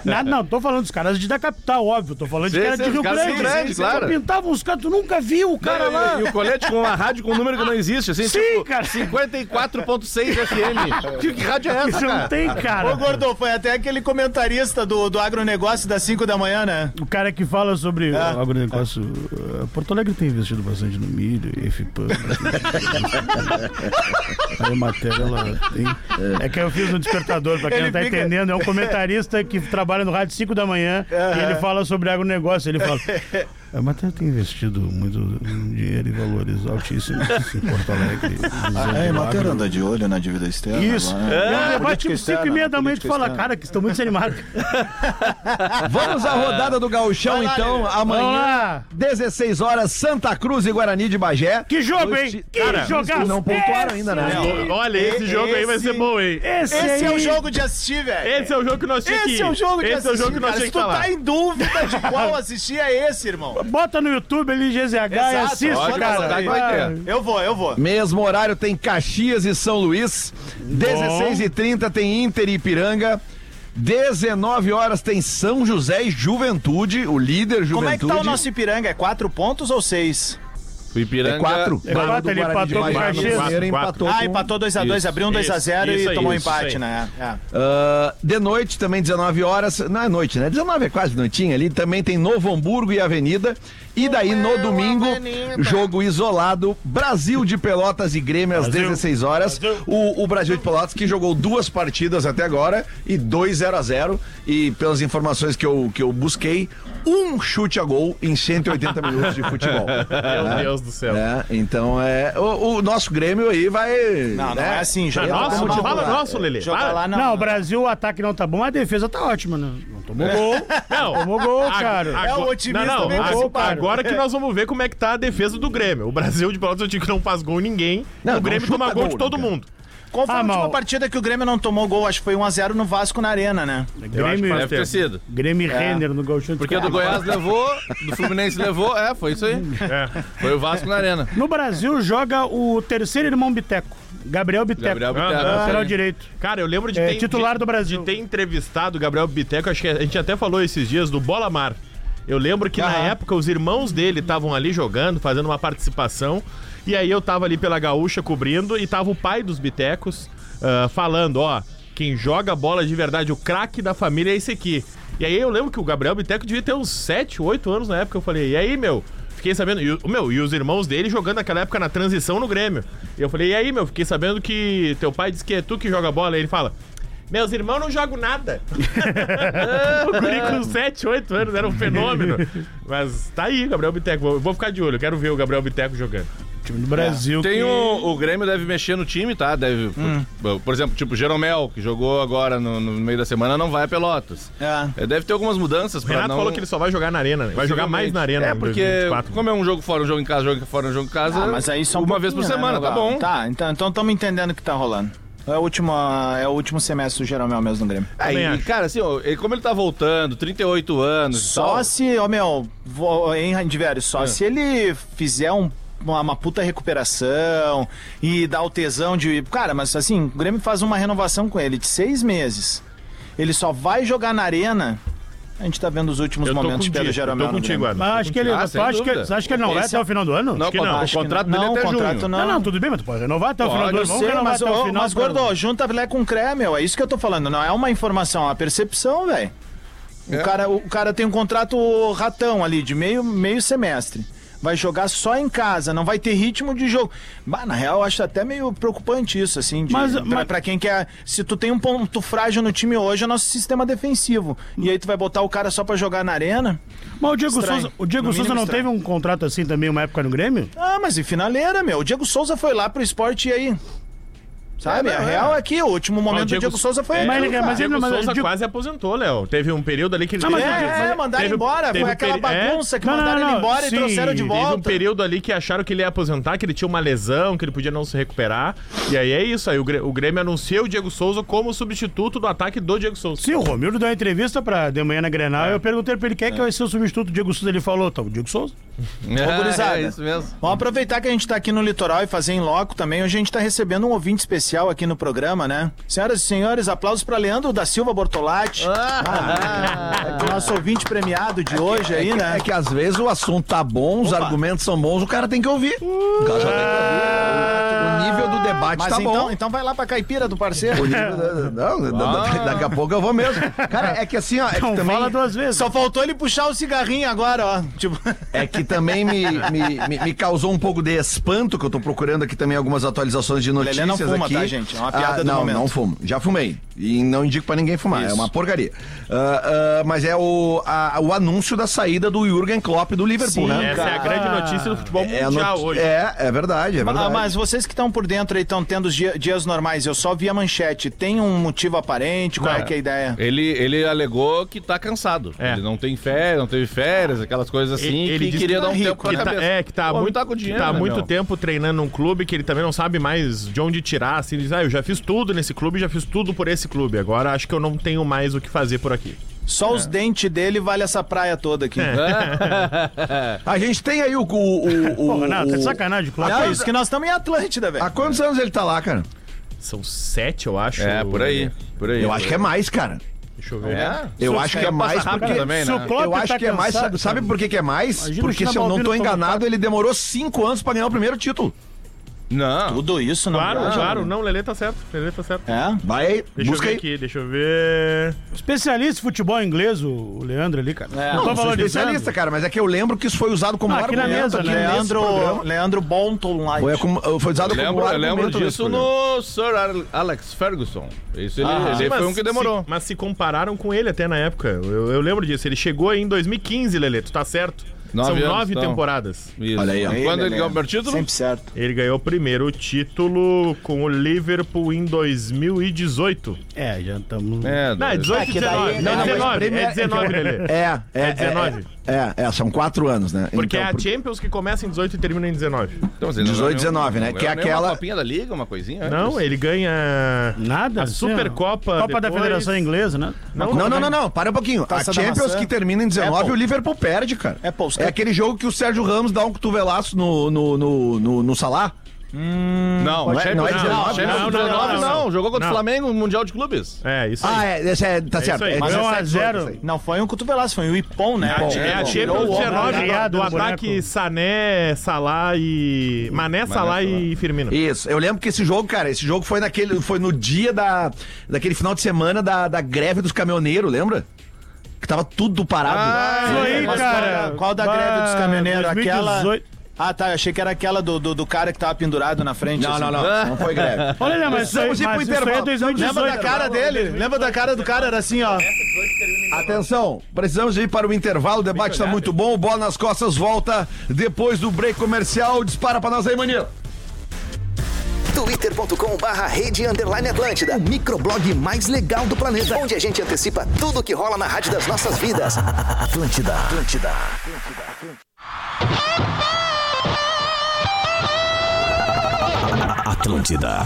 S5: Nada, não, tô falando dos caras de da capital, óbvio. Tô falando de
S6: Sim,
S5: cara
S6: sim,
S5: de Rio
S6: os caras de
S5: Grande.
S6: Rio Grande,
S5: Sim,
S6: claro.
S5: Pintavam os caras, tu nunca viu o cara
S6: Não,
S5: lá.
S6: E, e o colete com uma rádio com um número que não existe, assim,
S5: Sim,
S6: tipo,
S5: cara.
S6: 54.6 FM. que, que rádio é essa,
S5: Isso não
S6: cara?
S5: tem,
S3: Ô,
S5: cara.
S3: Gordon, foi até aquele comentarista do, do agronegócio das 5 da manhã, né?
S5: O cara que fala sobre o
S3: Ah.
S5: agronegócio. ah, Porto Alegre tem investido bastante no milho, FPAM. Aí a matéria, ela tem. É que eu fiz um despertador, pra quem
S3: Ele
S5: não tá
S3: fica-
S5: entendendo. É um comentarista que trabalha no rádio 5 da manhã e ele fala sobre agronegócio. Ele fala. A matéria tem investido muito um dinheiro e valores altíssimos em Porto Alegre.
S3: Ah,
S8: É, Matheus anda de olho na dívida externa.
S5: Isso.
S8: agora, né?
S5: É,
S8: Política
S5: vai tipo 5
S8: externa,
S5: e
S3: né?
S5: meia da manhã e tu
S8: política
S5: fala,
S8: externa.
S5: cara, que estão muito desanimados.
S2: Vamos à rodada do gauchão, então.
S5: Vamos
S2: Amanhã,
S5: lá.
S2: 16 horas, Santa Cruz e Guarani de Bagé.
S5: Que jogo,
S2: Dois
S5: hein?
S2: ti-
S5: Que
S2: Cara,
S5: jogaço.
S2: não pontuaram ainda, né?
S5: Esse aí.
S4: Olha,
S6: É,
S4: esse jogo aí vai ser bom, hein?
S5: Esse,
S3: É. Esse é
S5: aí-
S3: o jogo de assistir, velho.
S4: Esse é o jogo que nós tínhamos
S3: Esse é o jogo de
S4: Esse é o
S3: assistir,
S4: jogo que nós
S3: cara. Se tu
S4: tínhamos que falar.
S3: tá em dúvida de qual assistir, é esse, irmão.
S5: Bota no YouTube ali, GZH, e
S3: Exato,
S5: assiste,
S3: pode
S5: cara.
S3: botar
S6: que vai
S5: Ah,
S3: Eu vou, eu vou.
S2: Mesmo horário tem Caxias e São Luís. 16h30 tem Inter e Ipiranga. 19 horas tem São José e Juventude, o líder Juventude.
S3: Como é que tá o nosso Ipiranga? É quatro pontos ou seis?
S6: O Ipiranga...
S2: É quatro.
S5: É quatro, ele empatou com o Caxias.
S2: Empatou
S3: Ah,
S2: com-
S3: empatou 2x2,
S4: Isso,
S3: abriu um 2x0
S4: isso,
S3: e
S4: isso,
S3: tomou um
S4: isso,
S3: empate,
S4: isso aí.
S3: né? É.
S2: Ah, de noite também, 19 horas. Não é noite, né? 19 é quase noitinha ali. Também tem Novo Hamburgo e Avenida. E daí
S3: é
S2: no domingo, jogo isolado: Brasil de Pelotas e Grêmio às 16 horas. O, o Brasil de Pelotas que jogou duas partidas até agora e 2 0 a 0 E pelas informações que eu, que eu busquei, um chute a gol em 180 minutos de futebol.
S4: Meu Deus do céu.
S2: É, então é. O, o nosso Grêmio aí vai. né?
S3: Não, não é assim,
S4: É
S3: joga lá.
S4: nosso,
S3: não,
S4: fala
S3: não.
S4: nosso, Lelê.
S3: Joga
S4: Fala.
S3: lá
S5: Não, o Brasil, o ataque não tá bom, a defesa tá ótima, né? Não tomou gol.
S4: Não,
S5: Tomou
S6: Ah,
S5: gol,
S4: Ago-
S5: cara.
S4: ago-
S3: É, o otimismo
S4: não, não,
S3: também
S4: ago-
S3: faz
S4: agora,
S3: parte.
S4: que nós vamos ver como é que tá a defesa do Grêmio. O Brasil de Pelotas é um time que não faz gol em ninguém.
S2: Não,
S4: o Grêmio
S2: não chuta
S4: toma gol, de
S2: gol,
S4: todo
S2: né, cara?
S4: mundo.
S3: Qual foi
S5: Ah,
S3: a última
S5: mal.
S3: partida que o Grêmio não tomou gol? Acho que foi 1x0 no Vasco na Arena, né?
S4: Eu acho que
S5: Grêmio, é
S4: faz
S6: Deve ter
S4: tempo.
S6: sido.
S5: Grêmio Renner no Gauchão. de
S6: Porque do
S5: Campo.
S6: Goiás levou, do Fluminense levou, é, foi isso aí.
S4: É.
S6: Foi o Vasco na Arena.
S5: No Brasil joga o terceiro irmão Biteco, Gabriel Biteco.
S6: Gabriel Biteco,
S4: Ah,
S6: isso aí.
S5: lateral direito.
S4: Cara, eu lembro de
S5: É,
S4: ter-
S5: titular
S4: de-
S5: do Brasil.
S4: De ter entrevistado o Gabriel Biteco, acho que a gente até falou esses dias do Bola Mar. Eu lembro que na época os irmãos dele estavam ali jogando, fazendo uma participação. E aí eu tava ali pela gaúcha cobrindo e tava o pai dos Bitecos ah, falando, ó, quem joga bola de verdade, o craque da família é esse aqui. E aí eu lembro que o Gabriel Biteco devia ter uns 7, 8 anos na época. Eu falei, e aí, meu? Fiquei sabendo, e, o- meu, e os irmãos dele jogando naquela época na transição no Grêmio. E eu falei, e aí, meu? Fiquei sabendo que teu pai disse que é tu que joga bola. Aí ele fala, meus irmãos não jogam nada. o guri com 7, 8 anos era um fenômeno. Mas tá aí, Gabriel Biteco. Vou, vou ficar de olho, eu quero ver o Gabriel Biteco jogando.
S5: Time do Brasil.
S6: Tem
S5: que-
S6: o, o Grêmio deve mexer no time, tá? Deve,
S4: Hum.
S6: por, por exemplo, tipo, Jeromel, que jogou agora no, no meio da semana, não vai a Pelotas.
S3: É.
S6: É, Deve ter algumas mudanças
S4: O
S6: pra
S4: Renato
S6: não...
S4: falou que ele só vai jogar na arena, né? Vai jogar mais na arena
S6: É,
S4: em
S6: porque
S4: 2024.
S6: como é um jogo fora, um jogo em casa, jogo fora, um jogo em casa,
S3: Ah, mas aí só um
S6: uma vez por
S3: pouquinho, né,
S6: semana,
S3: meu
S6: tá
S3: galo?
S6: bom.
S3: Tá, então estamos entendendo o que tá rolando. É o último, é o último semestre do Jeromel mesmo no Grêmio.
S6: Aí,
S4: Também acho.
S6: cara, assim, ó, e como ele tá voltando, 38 anos e
S3: Só
S6: tal,
S3: se, ô meu, vou, hein, Randivério, só se ele fizer um- uma, uma puta recuperação e dá o tesão de. Cara, mas assim, o Grêmio faz uma renovação com ele de seis meses. Ele só vai jogar na arena. A gente tá vendo os últimos
S4: Eu tô
S3: momentos
S4: contigo,
S3: pelo
S4: eu
S3: Jeromel.
S4: tô
S3: no Grêmio.
S4: contigo, Adam.
S5: Mas acho que ele.
S6: Ah,
S5: tu
S6: sem
S5: acha que,
S6: dúvida.
S5: tu acha que ele não vai
S3: Esse-
S5: até o final do ano?
S6: Não,
S4: que não.
S6: o
S3: Acho que
S6: contrato
S3: não,
S6: dele é até
S3: o contrato
S6: junho.
S3: não.
S5: Não, não, tudo bem, mas tu pode renovar até o
S6: Pode
S5: final do ano.
S3: Eu
S5: Vamos
S3: sei,
S5: renovar
S3: mas,
S5: até
S3: ô,
S5: o final.
S3: mas
S5: do ano.
S3: Gordo, junta filé com creme, meu. É isso que eu tô falando. Não é uma informação, é uma percepção, velho. O, cara, o cara tem um contrato ratão ali, de meio, meio semestre. Vai jogar só em casa, não vai ter ritmo de jogo. Bah, na real, eu acho até meio preocupante isso, assim. De,
S5: Mas-
S3: pra,
S5: mas-
S3: pra quem quer. Se tu tem um ponto frágil no time hoje, é o nosso sistema defensivo. E aí tu vai botar o cara só pra jogar na arena.
S5: Mas o Diego
S3: Estranho.
S5: Souza, o Diego
S3: No
S5: Souza
S3: mínimo
S5: não
S3: estranho.
S5: teve um contrato assim também, uma época no Grêmio?
S3: Ah, mas e finaleira, meu. O Diego Souza foi lá pro esporte e aí. Sabe? a real é que o último momento do Diego Souza foi
S5: mas
S3: aquele,
S5: ele-
S3: cara.
S5: É, mas ele-
S4: Diego
S5: eu
S4: Souza
S5: digo-
S4: quase aposentou, Léo. Teve um período ali que ele
S5: Ah, mas
S4: teve-
S5: eu digo-
S3: É, é, mandaram
S4: teve-
S3: embora.
S4: teve
S3: Foi aquela
S4: peri-
S3: bagunça que
S5: um é? Não, não,
S3: mandaram ele
S5: não,
S3: embora
S5: sim,
S3: e trouxeram de
S5: teve
S4: Teve um
S3: volta.
S4: período ali que acharam que ele ia aposentar, que ele tinha uma lesão, que ele podia não se recuperar. E aí é isso. Aí o Grê- o Grêmio anunciou o Diego Souza como substituto do ataque do Diego Souza.
S5: Sim, o Romildo deu uma entrevista pra de manhã na Grenal. Eu perguntei pra ele quem é que vai ser o substituto do Diego Souza. Ele falou, tá, o Diego Souza.
S3: gurizada.
S6: é isso mesmo.
S3: Vamos aproveitar que a gente tá aqui no litoral e fazer em loco também. Hoje a gente tá recebendo um ouvinte especial aqui no programa, né? Senhoras e senhores, aplausos pra Leandro da Silva Bortolatti. Ah, é o nosso ouvinte premiado de hoje aí,
S2: É que,
S3: né?
S2: é que às vezes o assunto tá bom, os argumentos são bons, o cara tem que ouvir.
S3: Uh.
S2: O cara já tem que ouvir. O nível do debate
S3: Mas
S2: tá
S3: então,
S2: bom.
S3: então vai lá pra caipira do parceiro.
S2: O nível da- não,
S3: Ah.
S2: da- da- daqui a pouco eu vou mesmo. Cara, é que assim, ó, é que
S5: Não
S2: também,
S5: fala duas vezes.
S3: Só faltou ele puxar o cigarrinho agora, ó. Tipo,
S2: é que também me, me, me- me causou um pouco de espanto, que eu tô procurando aqui também algumas atualizações de notícias
S3: não fuma,
S2: aqui. Ah,
S3: tá, gente? É uma piada do
S2: não,
S3: momento.
S2: não fumo. Já fumei. E não indico pra ninguém fumar, é uma porcaria. Ah, ah, mas é o, a- o anúncio da saída do Jürgen Klopp do Liverpool, né?
S4: Essa é a grande notícia do futebol
S2: É, a
S4: mundial
S2: noti-
S4: hoje.
S2: é, é verdade, é verdade.
S3: Ah, mas vocês que estão por dentro aí estão tendo os dia- dias normais, eu só vi a manchete. Tem um motivo aparente? Qual é que é a ideia?
S6: Ele, ele alegou que tá cansado.
S4: É.
S6: Ele não tem férias, não teve férias, aquelas coisas assim.
S4: E-
S6: que
S4: disse
S6: queria
S4: tá
S6: dar um
S4: rico,
S6: tempo pra
S4: que tá-
S6: cabeça.
S4: É, que tá
S6: O homem
S4: muito,
S6: tá com dinheiro,
S4: tá
S6: né,
S4: muito
S6: meu?
S4: tempo treinando um clube que ele também não sabe mais de onde tirar. Assim, ele diz, ah, eu já fiz tudo nesse clube, já fiz tudo por esse clube. Agora acho que eu não tenho mais o que fazer por aqui.
S3: Só os dentes dele vale essa praia toda aqui. É
S2: A gente tem aí o. o, o, o-
S5: Pô, Renato, é
S2: o-
S5: sacanagem, claro.
S3: Não, isso que nós estamos em Atlântida, velho.
S2: Há quantos anos ele tá lá, cara?
S4: São sete, eu acho.
S6: É, por aí. Por aí.
S2: Eu acho que é mais, cara.
S4: Deixa eu ver.
S2: Eu acho que é mais porque.
S6: também,
S5: se o
S6: né?
S5: Klopp
S2: Eu acho
S5: tá
S2: que é mais.
S5: cansado,
S2: Sabe, sabe por que, que é mais?
S5: Imagina o
S2: Porque se eu
S5: Chinabalbino
S2: não tô
S5: tomando
S2: enganado,
S5: papo.
S2: ele demorou cinco anos pra ganhar o primeiro título.
S6: Não.
S3: Tudo isso, não
S4: Claro,
S3: viaja,
S4: claro.
S3: né?
S4: Não, Lelê tá certo. Lelê tá certo.
S3: É?
S2: Vai aí,
S4: Deixa
S2: busca
S4: eu ver
S2: aí.
S4: aqui, deixa eu ver.
S5: Especialista em futebol inglês, o o Leandro ali, cara.
S3: É.
S2: Não,
S5: tô né?
S2: não sou
S5: valorizando.
S2: especialista, cara, mas é que eu lembro que isso foi usado como
S5: Ah, aqui na
S2: argumento.
S5: mesa,
S2: aqui
S5: né?
S2: nesse
S3: Leandro,
S2: programa.
S3: Leandro Bolton Light.
S2: Foi, como- foi usado
S6: Eu lembro,
S2: como
S6: eu lembro
S2: argumento. nesse
S6: disso
S2: programa.
S6: no Sir Al- Alex Ferguson. Isso ele, ele
S4: Ah. Sim,
S6: foi
S4: mas
S6: um que demorou.
S4: se- mas se compararam com ele até na época. Eu, eu lembro disso. Ele chegou aí em 2015, Lelê. Tu tá certo. São
S6: Nove anos,
S4: nove
S6: então.
S4: temporadas.
S6: Isso.
S2: Olha aí, ó.
S6: Quando ele
S3: né?
S6: ganhou o primeiro título?
S3: Sempre certo.
S4: Ele ganhou o primeiro título com o Liverpool em 2018.
S5: É, já estamos...
S6: É,
S4: Não, é 18 e
S3: que daí-
S4: 19. Não,
S3: não, mas
S4: 19. É
S2: primeiro-
S4: 19, Lelê.
S2: É, é.
S4: É 19.
S2: É, é, é, são quatro anos, né?
S4: Porque é
S2: Então,
S4: a Champions que começa em 18 e termina em 19.
S6: Então, assim, não
S2: 18,
S6: ganhou-
S2: 19, né?
S6: não
S2: Que é
S6: ganhou nem uma
S2: aquela-
S6: copinha da liga, uma coisinha.
S4: Não, ele ganha.
S5: Nada.
S4: A
S5: assim,
S4: Supercopa
S5: ó. Copa da
S4: depois-
S5: Federação Inglesa, né?
S2: Não, não, não, não, para um pouquinho.
S3: Taça
S2: a
S3: da
S2: Champions
S3: maçã.
S2: que termina em 19
S3: Apple.
S2: o Liverpool perde, cara.
S3: Apple,
S2: é
S3: Apple.
S2: aquele jogo que o Sérgio Ramos dá um cotovelaço no, no, no, no, no Salah.
S6: Não,
S2: não é-
S6: Champions-
S2: não é
S6: não,
S2: 19,
S6: Champions
S4: não,
S6: 19
S4: não,
S6: não.
S4: não.
S6: Jogou contra o
S4: Não.
S6: Flamengo no Mundial de Clubes.
S4: É, isso aí.
S2: Ah, é, esse é- tá certo.
S4: aí.
S2: É
S4: Mas
S3: um
S5: Foi 1 a
S2: 17, 18,
S5: 0.
S2: isso aí.
S3: Não, foi um cotovelasco, foi um ipom, né?
S4: É, é a Champions 19 do,
S5: Obrigado,
S4: do ataque
S5: boneco.
S4: Sané, Salah e. Mané, Salah e Firmino.
S2: Isso, eu lembro que esse jogo, cara, esse jogo foi naquele, foi no dia da, daquele final de semana da, da greve dos caminhoneiros, lembra? Que tava tudo parado.
S5: Isso aí,
S3: Ah, Mas
S5: cara.
S3: qual- Qual da
S5: Bah,
S3: greve dos caminhoneiros? Aquela.
S5: 2018.
S3: Ah, tá. Eu achei que era aquela do, do, do cara que tava pendurado na frente. assim.
S2: não, não foi greve.
S5: Olha, Léo, mas isso aí,
S2: Precisamos ir pro
S5: mas isso aí é
S2: intervalo.
S5: 2018.
S3: Lembra da cara dele? Lembra da cara do cara? Era assim, ó.
S2: Atenção, precisamos ir para o intervalo, o debate está muito bom, o bola nas costas volta depois do break comercial, dispara pra nós aí, Manilo.
S9: twitter.com barra rede underline Atlântida, o microblog mais legal do planeta, onde a gente antecipa tudo que rola na rádio das nossas vidas. Atlântida, Atlântida.
S1: Atlântida, Atlântida,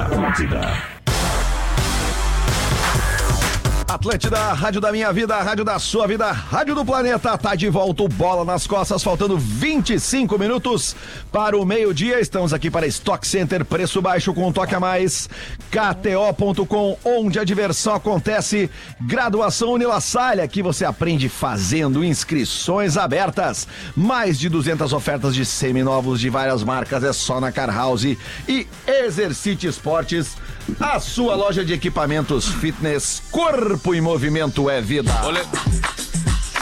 S1: Atlântida.
S2: Atlântida, rádio da minha vida, rádio da sua vida, rádio do planeta, tá de volta o Bola nas Costas, faltando 25 minutos para o meio-dia. Estamos aqui para Stock Center, preço baixo com um toque a mais, KTO.com, onde a diversão acontece, graduação Unilassalha, que você aprende fazendo inscrições abertas. Mais de 200 ofertas de seminovos de várias marcas, é só na Car House e Exercite Esportes, a sua loja de equipamentos fitness, corpo em movimento é vida.
S6: Olha.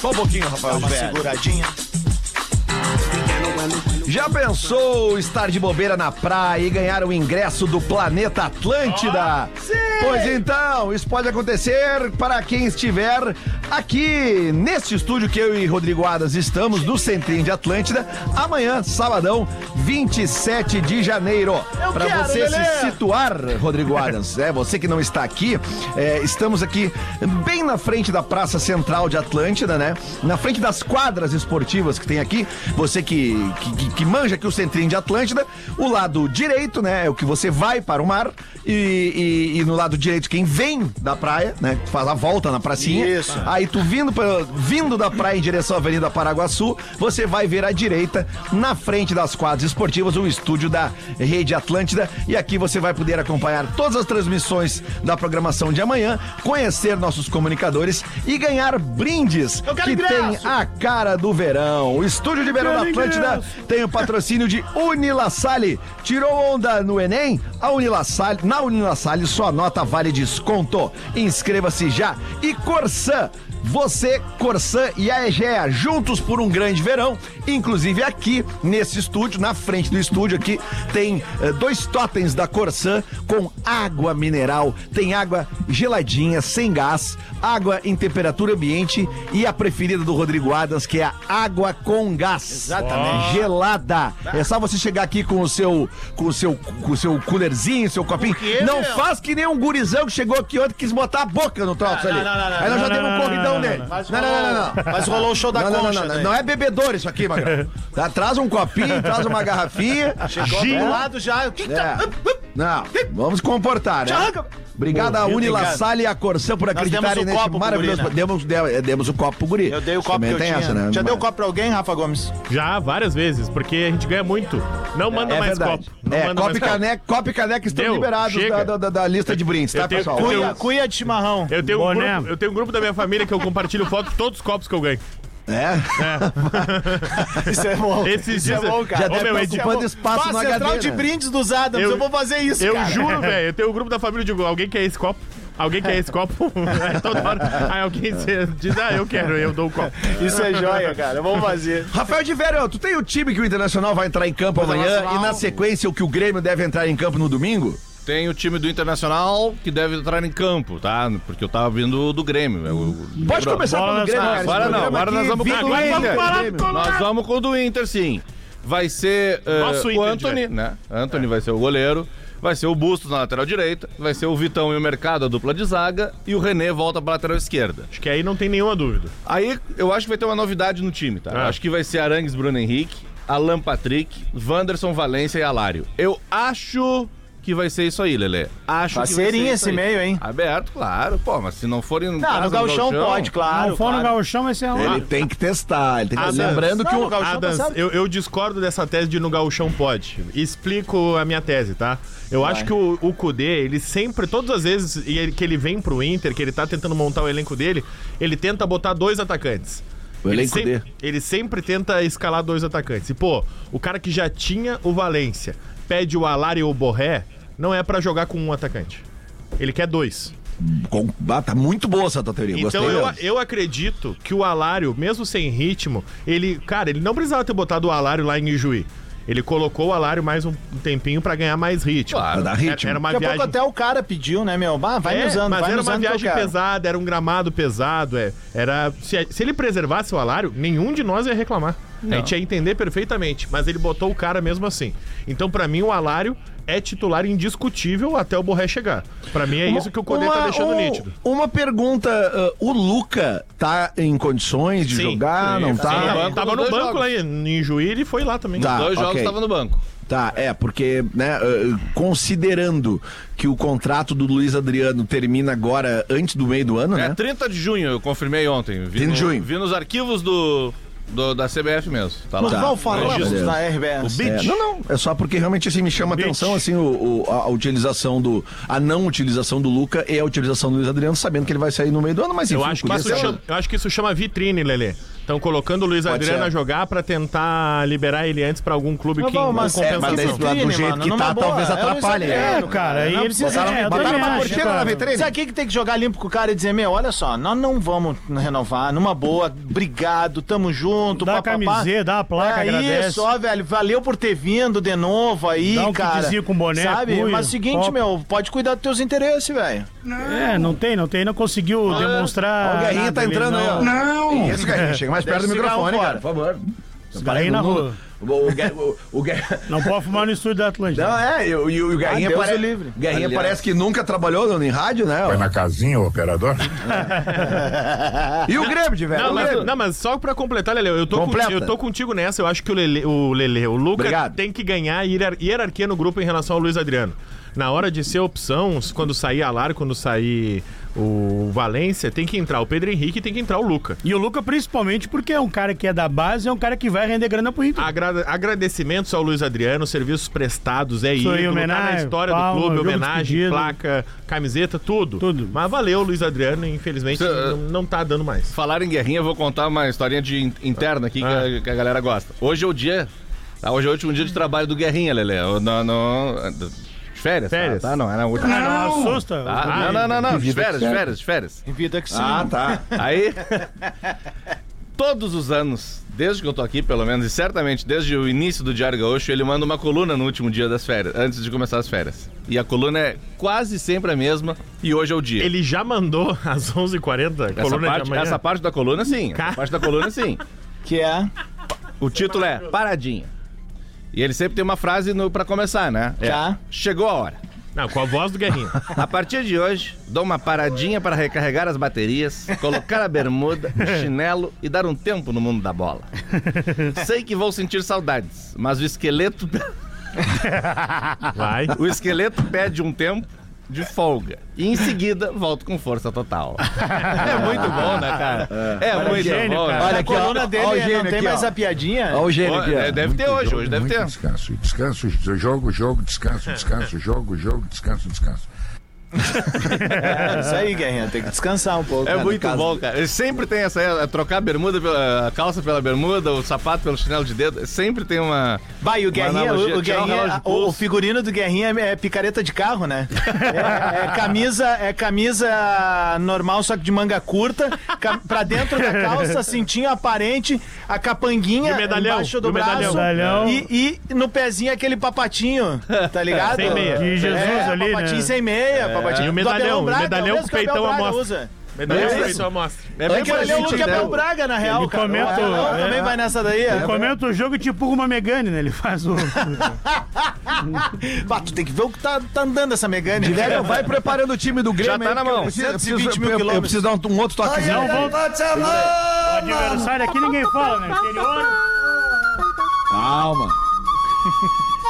S6: Só um pouquinho, Rafael.
S3: Seguradinha.
S2: Já pensou estar de bobeira na praia e ganhar o ingresso do Planeta Atlântida? Pois então, isso pode acontecer para quem estiver aqui neste estúdio que eu e Rodrigo Adas estamos, no Centrinho de Atlântida, amanhã, sabadão, 27 de janeiro. Para você se situar, Rodrigo Adams, é você que não está aqui, é, estamos aqui bem na frente da Praça Central de Atlântida, né? Na frente das quadras esportivas que tem aqui. Você que, que, que- que manja aqui o Centrinho de Atlântida, o lado direito, né? É o que você vai para o mar e, e- e no lado direito quem vem da praia, né? Tu Faz a volta na pracinha.
S3: Isso.
S2: Aí tu vindo, pra- vindo da praia em direção à Avenida Paraguaçu, você vai ver à direita, na frente das quadras esportivas, o estúdio da Rede Atlântida. E aqui você vai poder acompanhar todas as transmissões da programação de amanhã, conhecer nossos comunicadores e ganhar brindes
S3: Eu quero
S2: que tem
S3: ingresso.
S2: a cara do verão. O estúdio de verão da
S5: Quero
S2: Atlântida
S5: ingresso.
S2: tem o patrocínio de Unilassale. Tirou onda no Enem? A Unilassale, na Unilassale sua nota vale desconto. Inscreva-se já. E Corsã, você, Corsã e a Egea, juntos por um grande verão. Inclusive aqui, nesse estúdio, na frente do estúdio aqui, tem eh, dois totens da Corsã com água mineral. Tem água geladinha, sem gás, água em temperatura ambiente e a preferida do Rodrigo Adams, que é a água com gás. Exatamente. Gelada.
S3: Tá.
S2: É só você chegar aqui com o seu com o seu com o seu coolerzinho, seu copinho. não faz que nem um gurizão que chegou aqui ontem e quis botar a boca no troço ali.
S3: não, não, não.
S2: Aí nós já
S5: Não,
S2: temos
S5: não,
S2: um
S5: não,
S2: corridão
S5: não,
S2: nele.
S5: não,
S2: Não, não, não, não. não.
S3: Mas rolou o show da
S2: Não, não, não,
S3: concha.
S2: não,
S3: né?
S2: não é bebedouro isso aqui, Magrão. Tá, traz um copinho, traz uma garrafinha.
S3: Chegou do lado já. O que que tá-
S2: É. Não, vamos comportar, né?
S3: Tchaca!
S2: Obrigado a
S3: Muito
S2: Unilassale e a Corsã por acreditarem
S3: demos o
S2: nesse
S3: copo pro
S2: maravilhoso.
S3: guri, né?
S2: Demos, de- demos o copo pro guri.
S3: Eu dei o copo
S2: Também
S3: que eu
S2: tem
S3: tinha.
S2: essa, né?
S3: Já deu o
S2: Mas-
S3: copo pra alguém, Rafa Gomes?
S4: Já, várias vezes, porque a gente ganha muito. Não manda
S2: É
S4: mais
S2: verdade.
S4: copo. Não
S2: é,
S4: manda
S2: copo
S4: mais
S2: e, caneca, copo e caneca estão
S4: Deu,
S2: liberados da,
S4: chega.
S2: da- da- da lista de brindes, tá,
S4: Eu tenho-
S2: pessoal?
S4: eu
S3: Cuia,
S4: tenho- um-
S3: cuia de chimarrão.
S4: Eu tenho, um
S5: Boné.
S4: grupo, eu tenho um grupo da minha família que eu compartilho foto de todos os copos que eu ganho.
S3: um-
S2: É,
S3: Isso é bom.
S4: Esses
S3: Isso é
S4: dias-
S3: um bom,
S2: já
S3: cara.
S4: Ô,
S2: deve
S4: meu,
S2: estar
S4: é de-
S2: ocupando espaço
S3: Pá,
S2: no
S3: central
S2: HD.
S3: de
S2: né?
S3: brindes dos Adams. Eu,
S4: Eu-
S3: vou fazer isso,
S4: Eu
S3: cara.
S4: juro, velho. Eu tenho um grupo da família de alguém quer esse copo. Alguém quer esse copo? É, toda hora. Aí alguém se- diz, ah, eu quero, eu dou o copo.
S3: Isso é joia, cara. Vamos fazer.
S2: Rafael de Vera, tu tem o time que o Internacional vai entrar em campo amanhã e na sequência o que o Grêmio deve entrar em campo no domingo?
S6: Tem o time do Internacional que deve entrar em campo, tá? Porque eu tava vindo do Grêmio. né? eu-
S2: Pode começar
S5: bola
S2: pelo
S5: nas
S2: Grêmio.
S5: costas.
S2: cara. Esse
S6: Ah, Agora não,
S2: programa
S6: agora
S2: aqui
S6: nós vamos
S2: vem
S6: pro
S2: do
S6: Inter.
S3: né?
S2: Inter.
S5: parar
S2: Grêmio.
S6: Nós vamos com o do Inter, sim. Vai ser eh,
S4: Nosso
S6: o
S4: Inter,
S6: Anthony,
S4: direto.
S6: né? Anthony vai ser o goleiro. Vai ser o Bustos na lateral direita. Vai ser o Vitão e o Mercado, a dupla de zaga. E o René volta pra lateral esquerda.
S4: Acho que aí não tem nenhuma dúvida.
S6: Aí eu acho que vai ter uma novidade no time, tá?
S4: Ah.
S6: Acho que vai ser Arangues, Bruno Henrique, Alan Patrick, Wanderson Valência e Alário. Eu acho que vai ser isso aí, Lelê. Acho que vai
S3: Parceirinha
S6: ser
S3: esse
S6: isso aí.
S3: meio, hein?
S6: Aberto, claro. Pô, mas se não forem
S3: Não, no Galchão pode, claro.
S5: não for no
S3: claro.
S5: gauchão, é um- vai ser
S2: Ele
S5: ruim.
S2: tem que testar. ele tem que-
S4: Ah,
S2: Lembrando que
S3: Não,
S2: o.
S3: no Gauchão tá
S4: Adams,
S3: certo.
S4: eu, eu discordo dessa tese de no gauchão pode. Explico a minha tese, tá? Eu acho que o, o Kudê, ele sempre, todas as vezes e ele- que ele vem pro Inter, que ele tá tentando montar o elenco dele, ele tenta botar dois atacantes.
S2: O
S4: ele,
S2: elenco
S4: sempre,
S2: D.
S4: ele sempre tenta escalar dois atacantes. E, pô, o cara que já tinha o Valência pede o Alário ou o Borré, não é pra jogar com um atacante. Ele quer dois.
S2: com- Ah, tá muito boa essa tua teoria.
S4: Então
S2: Gostei.
S4: eu,
S2: mesmo.
S4: eu acredito que o Alário, mesmo sem ritmo, ele, cara, ele não precisava ter botado o Alário lá em Ijuí. Ele colocou o Alário mais um um tempinho pra ganhar mais ritmo. É,
S2: Pra dar ritmo.
S4: Era, era uma
S3: Daqui a
S4: viagem.
S3: pouco até o cara pediu, né, meu? Bah, vai
S4: É,
S3: me usando,
S4: mas
S3: vai me
S4: era
S3: usando
S4: uma
S3: que eu
S4: viagem
S3: quero.
S4: pesada, era um gramado pesado, é, era se, se ele preservasse o Alário, nenhum de nós ia reclamar. A gente ia entender perfeitamente, mas ele botou o cara mesmo assim. Então pra mim o Alário é titular indiscutível até o Borré chegar. Pra mim é isso que o Codê tá deixando
S2: um-
S4: nítido.
S2: Uma pergunta: ah, o Luca tá em condições de
S4: Sim.
S2: jogar? não
S4: Sim,
S2: tá?
S4: tava- tava no
S6: Dois
S4: banco
S6: jogos.
S4: lá em, em Juí, ele foi lá também.
S2: Tá.
S6: Dois
S2: Ah,
S6: jogos
S2: ok.
S6: estavam no banco.
S2: Tá, é, porque, né, eh, considerando que o contrato do Luiz Adriano termina agora antes do meio do ano,
S6: É
S2: né?
S6: 30 de junho, eu confirmei ontem. Vi
S2: 30 de
S6: no-
S2: junho.
S6: Vi nos arquivos do, do- da CBF mesmo. Tá lá.
S3: Mas vamos
S2: Tá,
S3: falar
S2: beleza.
S3: da RBS.
S2: É, não, não, é só porque realmente assim, me chama atenção assim, o, o- a, a utilização do. a não utilização do Luca e a utilização do Luiz Adriano, sabendo que ele vai sair no meio do ano, mas enfim,
S4: Eu acho, que
S2: podia
S4: isso
S2: ser-
S4: chama, eu acho que isso chama vitrine, Lelê. Estão colocando o Luiz
S8: Pode
S4: Adriano
S8: ser.
S4: a jogar pra tentar liberar ele antes pra algum clube que
S3: bom, mas-
S4: com
S3: é,
S8: mas daí
S4: compensação.
S8: do- do jeito que tá, talvez atrapalhe, né?
S5: É, cara, aí
S3: não
S5: eles
S3: precisa
S5: é, eu
S3: botaram
S5: também
S3: uma
S5: acho,
S3: porteira
S5: cara.
S2: na vitrine.
S3: Sabe quem que tem que jogar limpo com o cara e dizer, meu, olha só, nós não vamos renovar, numa boa, obrigado, tamo junto,
S5: Dá a
S3: papapá.
S5: camiseta, dá a placa,
S3: é
S5: agradece.
S3: Isso, ó, velho, valeu por ter vindo de novo aí,
S5: Dá um
S3: cara.
S5: kitzinho com boné,
S3: Sabe,
S5: cuia,
S3: mas seguinte,
S5: copo.
S3: meu, pode cuidar dos teus interesses, velho.
S5: É, não tem, não tem, não conseguiu demonstrar.
S2: Ó, o Guerrinha
S5: Ah, nada,
S2: tá
S5: ele
S2: entrando aí, ó.
S5: Não!
S2: Isso, Guerrinho, chega mais perto do
S3: Deixa o cigarro
S2: microfone,
S3: fora.
S2: cara, por favor.
S5: Cigarro aí na
S2: O-
S5: rua.
S2: O, o, Guer- o, o Guer-
S5: Não pode fumar no estúdio da Atlântida.
S2: Não, é, e o, e o Guerrinha,
S3: Deus
S2: pare-
S3: o livre.
S2: Guerrinha
S6: Aliás.
S2: parece que nunca trabalhou em rádio, né? ó.
S1: Na casinha, o operador?
S2: E o Grêmio,
S3: é,
S2: velho?
S4: Não
S2: o
S4: mas,
S2: Grêmio.
S4: não, mas só pra completar, Lele, eu, tô conti-
S2: Completa.
S4: eu tô contigo nessa. Eu acho que o Lele, o, Lele, o Luca
S2: Obrigado.
S4: tem que ganhar hierar- hierarquia no grupo em relação ao Luiz Adriano. Na hora de ser opção, quando sair Alar, quando sair o Valência, tem que entrar o Pedro Henrique e tem que entrar o Luca.
S5: E o Luca, principalmente, porque é um cara que é da base, é um cara que vai render grana pro Inter.
S4: Agra- agradecimentos ao Luiz Adriano, serviços prestados, é
S5: Isso aí,
S4: ídolo, tá na
S5: homenagem,
S4: história
S5: palma,
S4: do clube,
S5: jogo
S4: homenagem,
S5: despedido.
S4: placa, camiseta, tudo.
S5: Tudo.
S4: Mas valeu, Luiz Adriano, infelizmente
S6: Cê-
S4: não, não tá dando mais.
S6: Falar em guerrinha, eu vou contar uma historinha de in- interna aqui que, a, que a galera gosta. Hoje é o dia. tá? hoje é o último dia de trabalho do Guerrinha, Lelê. Eu Não, não, de férias? tá?
S4: Férias.
S6: Tá, não, era o último.
S5: Ah, não assusta. Ah,
S6: Tá? não, não, não, não. De férias, de férias, de férias.
S3: Vida que sim.
S2: Ah, tá.
S6: Aí, todos os anos, desde que eu tô aqui, pelo menos, e certamente desde o início do Diário Gaúcho, ele manda uma coluna no último dia das férias, antes de começar as férias. E a coluna é quase sempre a mesma, e hoje é o dia.
S4: Ele já mandou às 11h40,
S6: Essa,
S4: coluna de
S6: parte,
S4: amanhã.
S6: essa parte da coluna, sim. Essa
S4: Ca-
S6: parte da coluna, sim.
S3: Que é.
S6: O título é Paradinha. E ele sempre tem uma frase no, pra começar, né? É,
S3: Tá.
S6: Chegou a hora.
S4: Não, com a voz do Guerrinho.
S6: A partir de hoje, dou uma paradinha para recarregar as baterias, colocar a bermuda, o chinelo e dar um tempo no mundo da bola. Sei que vou sentir saudades, mas o esqueleto,
S4: Ah, Vai.
S6: o esqueleto pede um tempo de folga. E em seguida, volto com força total. É muito bom, né, cara? É muito
S5: gênio,
S6: bom.
S5: cara.
S6: né?
S3: Olha, a
S2: aqui, ó.
S3: coluna dele
S2: Ó o gênio
S3: não tem
S2: aqui,
S3: mais
S2: ó.
S3: a piadinha.
S2: Olha o gênio aqui,
S6: Olha,
S2: ó.
S6: é, Deve ter hoje,
S1: jogo,
S6: hoje deve
S1: muito
S6: ter.
S1: Descanso, descanso, jogo, jogo, descanso, descanso, jogo, jogo, descanso, descanso.
S3: É, isso aí, Guerrinha, tem que descansar um pouco.
S6: É
S3: né, no
S6: muito
S3: caso.
S6: bom, cara. Ele sempre tem essa, é, trocar a bermuda, pela, a calça pela bermuda, o sapato pelo chinelo de dedo. Sempre tem uma.
S3: Bah, e o Guerrinha,
S6: analogia,
S3: o, o
S6: tirar o
S3: Guerrinha-
S6: relógio de
S3: o- o
S6: pulso.
S3: figurino do Guerrinha é picareta de carro, né? É, é camisa, é camisa normal, só que de manga curta, ca- pra dentro da calça, cintinho aparente, a capanguinha
S4: E o medalhão,
S3: embaixo
S4: e
S3: do
S4: o
S3: braço
S4: medalhão.
S5: Medalhão.
S3: E, e no pezinho aquele papatinho, tá ligado?
S4: Sem meia.
S5: De Jesus
S3: é,
S5: ali, né?
S3: papatinho sem meia, papatinho.
S4: E o
S3: Do
S4: medalhão,
S3: Abelão
S4: o
S3: Braga,
S4: medalhão
S3: mesmo
S4: com
S3: que o Abel
S4: peitão à
S3: Braga
S4: mostra.
S3: usa.
S4: Medalhão
S2: Isso.
S4: feito à mostra.
S6: É
S3: É
S6: bem
S3: que ali é o
S6: parecido,
S3: Luke
S6: né?
S3: Abel Braga, na real,
S5: Ele
S3: cara.
S5: comenta-
S3: O Abelão
S5: é.
S3: também vai nessa daí, é.
S5: Comenta o jogo e te empurra uma Megane, né? Ele faz o.
S3: Bah, tu tem que ver o que tá, tá andando essa Megane.
S2: Diego, vai preparando o time do Grêmio.
S6: Já tá
S2: aí,
S6: na
S2: porque eu
S6: mão.
S2: preciso- Eu preciso,
S3: 120 mil
S2: eu- eu
S3: quilômetros.
S2: preciso dar um, um outro toquezinho.
S5: Não vão. O adversário aqui ninguém fala, né? Exterior.
S2: Calma.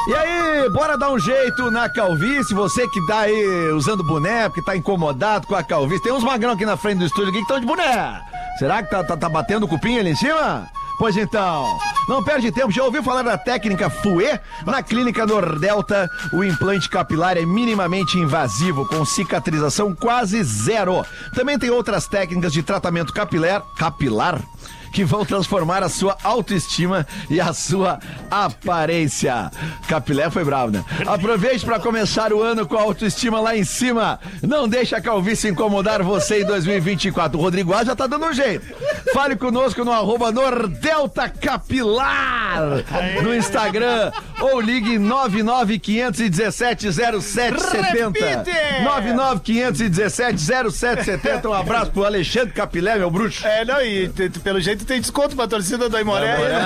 S2: E aí, bora dar um jeito na calvície, você que tá aí usando boné, que tá incomodado com a calvície. Tem uns magrão aqui na frente do estúdio aqui que estão de boné. Será que tá, tá, tá batendo o cupinho ali em cima? Pois então, não perde tempo, já ouviu falar da técnica FUE? Na clínica Nordelta, o implante capilar é minimamente invasivo, com cicatrização quase zero. Também tem outras técnicas de tratamento capilar, capilar que vão transformar a sua autoestima e a sua aparência. Capilé foi bravo, né? Aproveite para começar o ano com a autoestima lá em cima. Não deixe a calvície incomodar você em 2024. O Rodrigo A já tá dando um jeito. Fale conosco no arroba Nordelta Capilar no Instagram ou ligue 995170770.
S3: Repite!
S2: 995170770. Um abraço pro Alexandre Capilé, meu bruxo.
S3: É, não, e te- te- pelo jeito tem desconto pra torcida do Aimoré. né?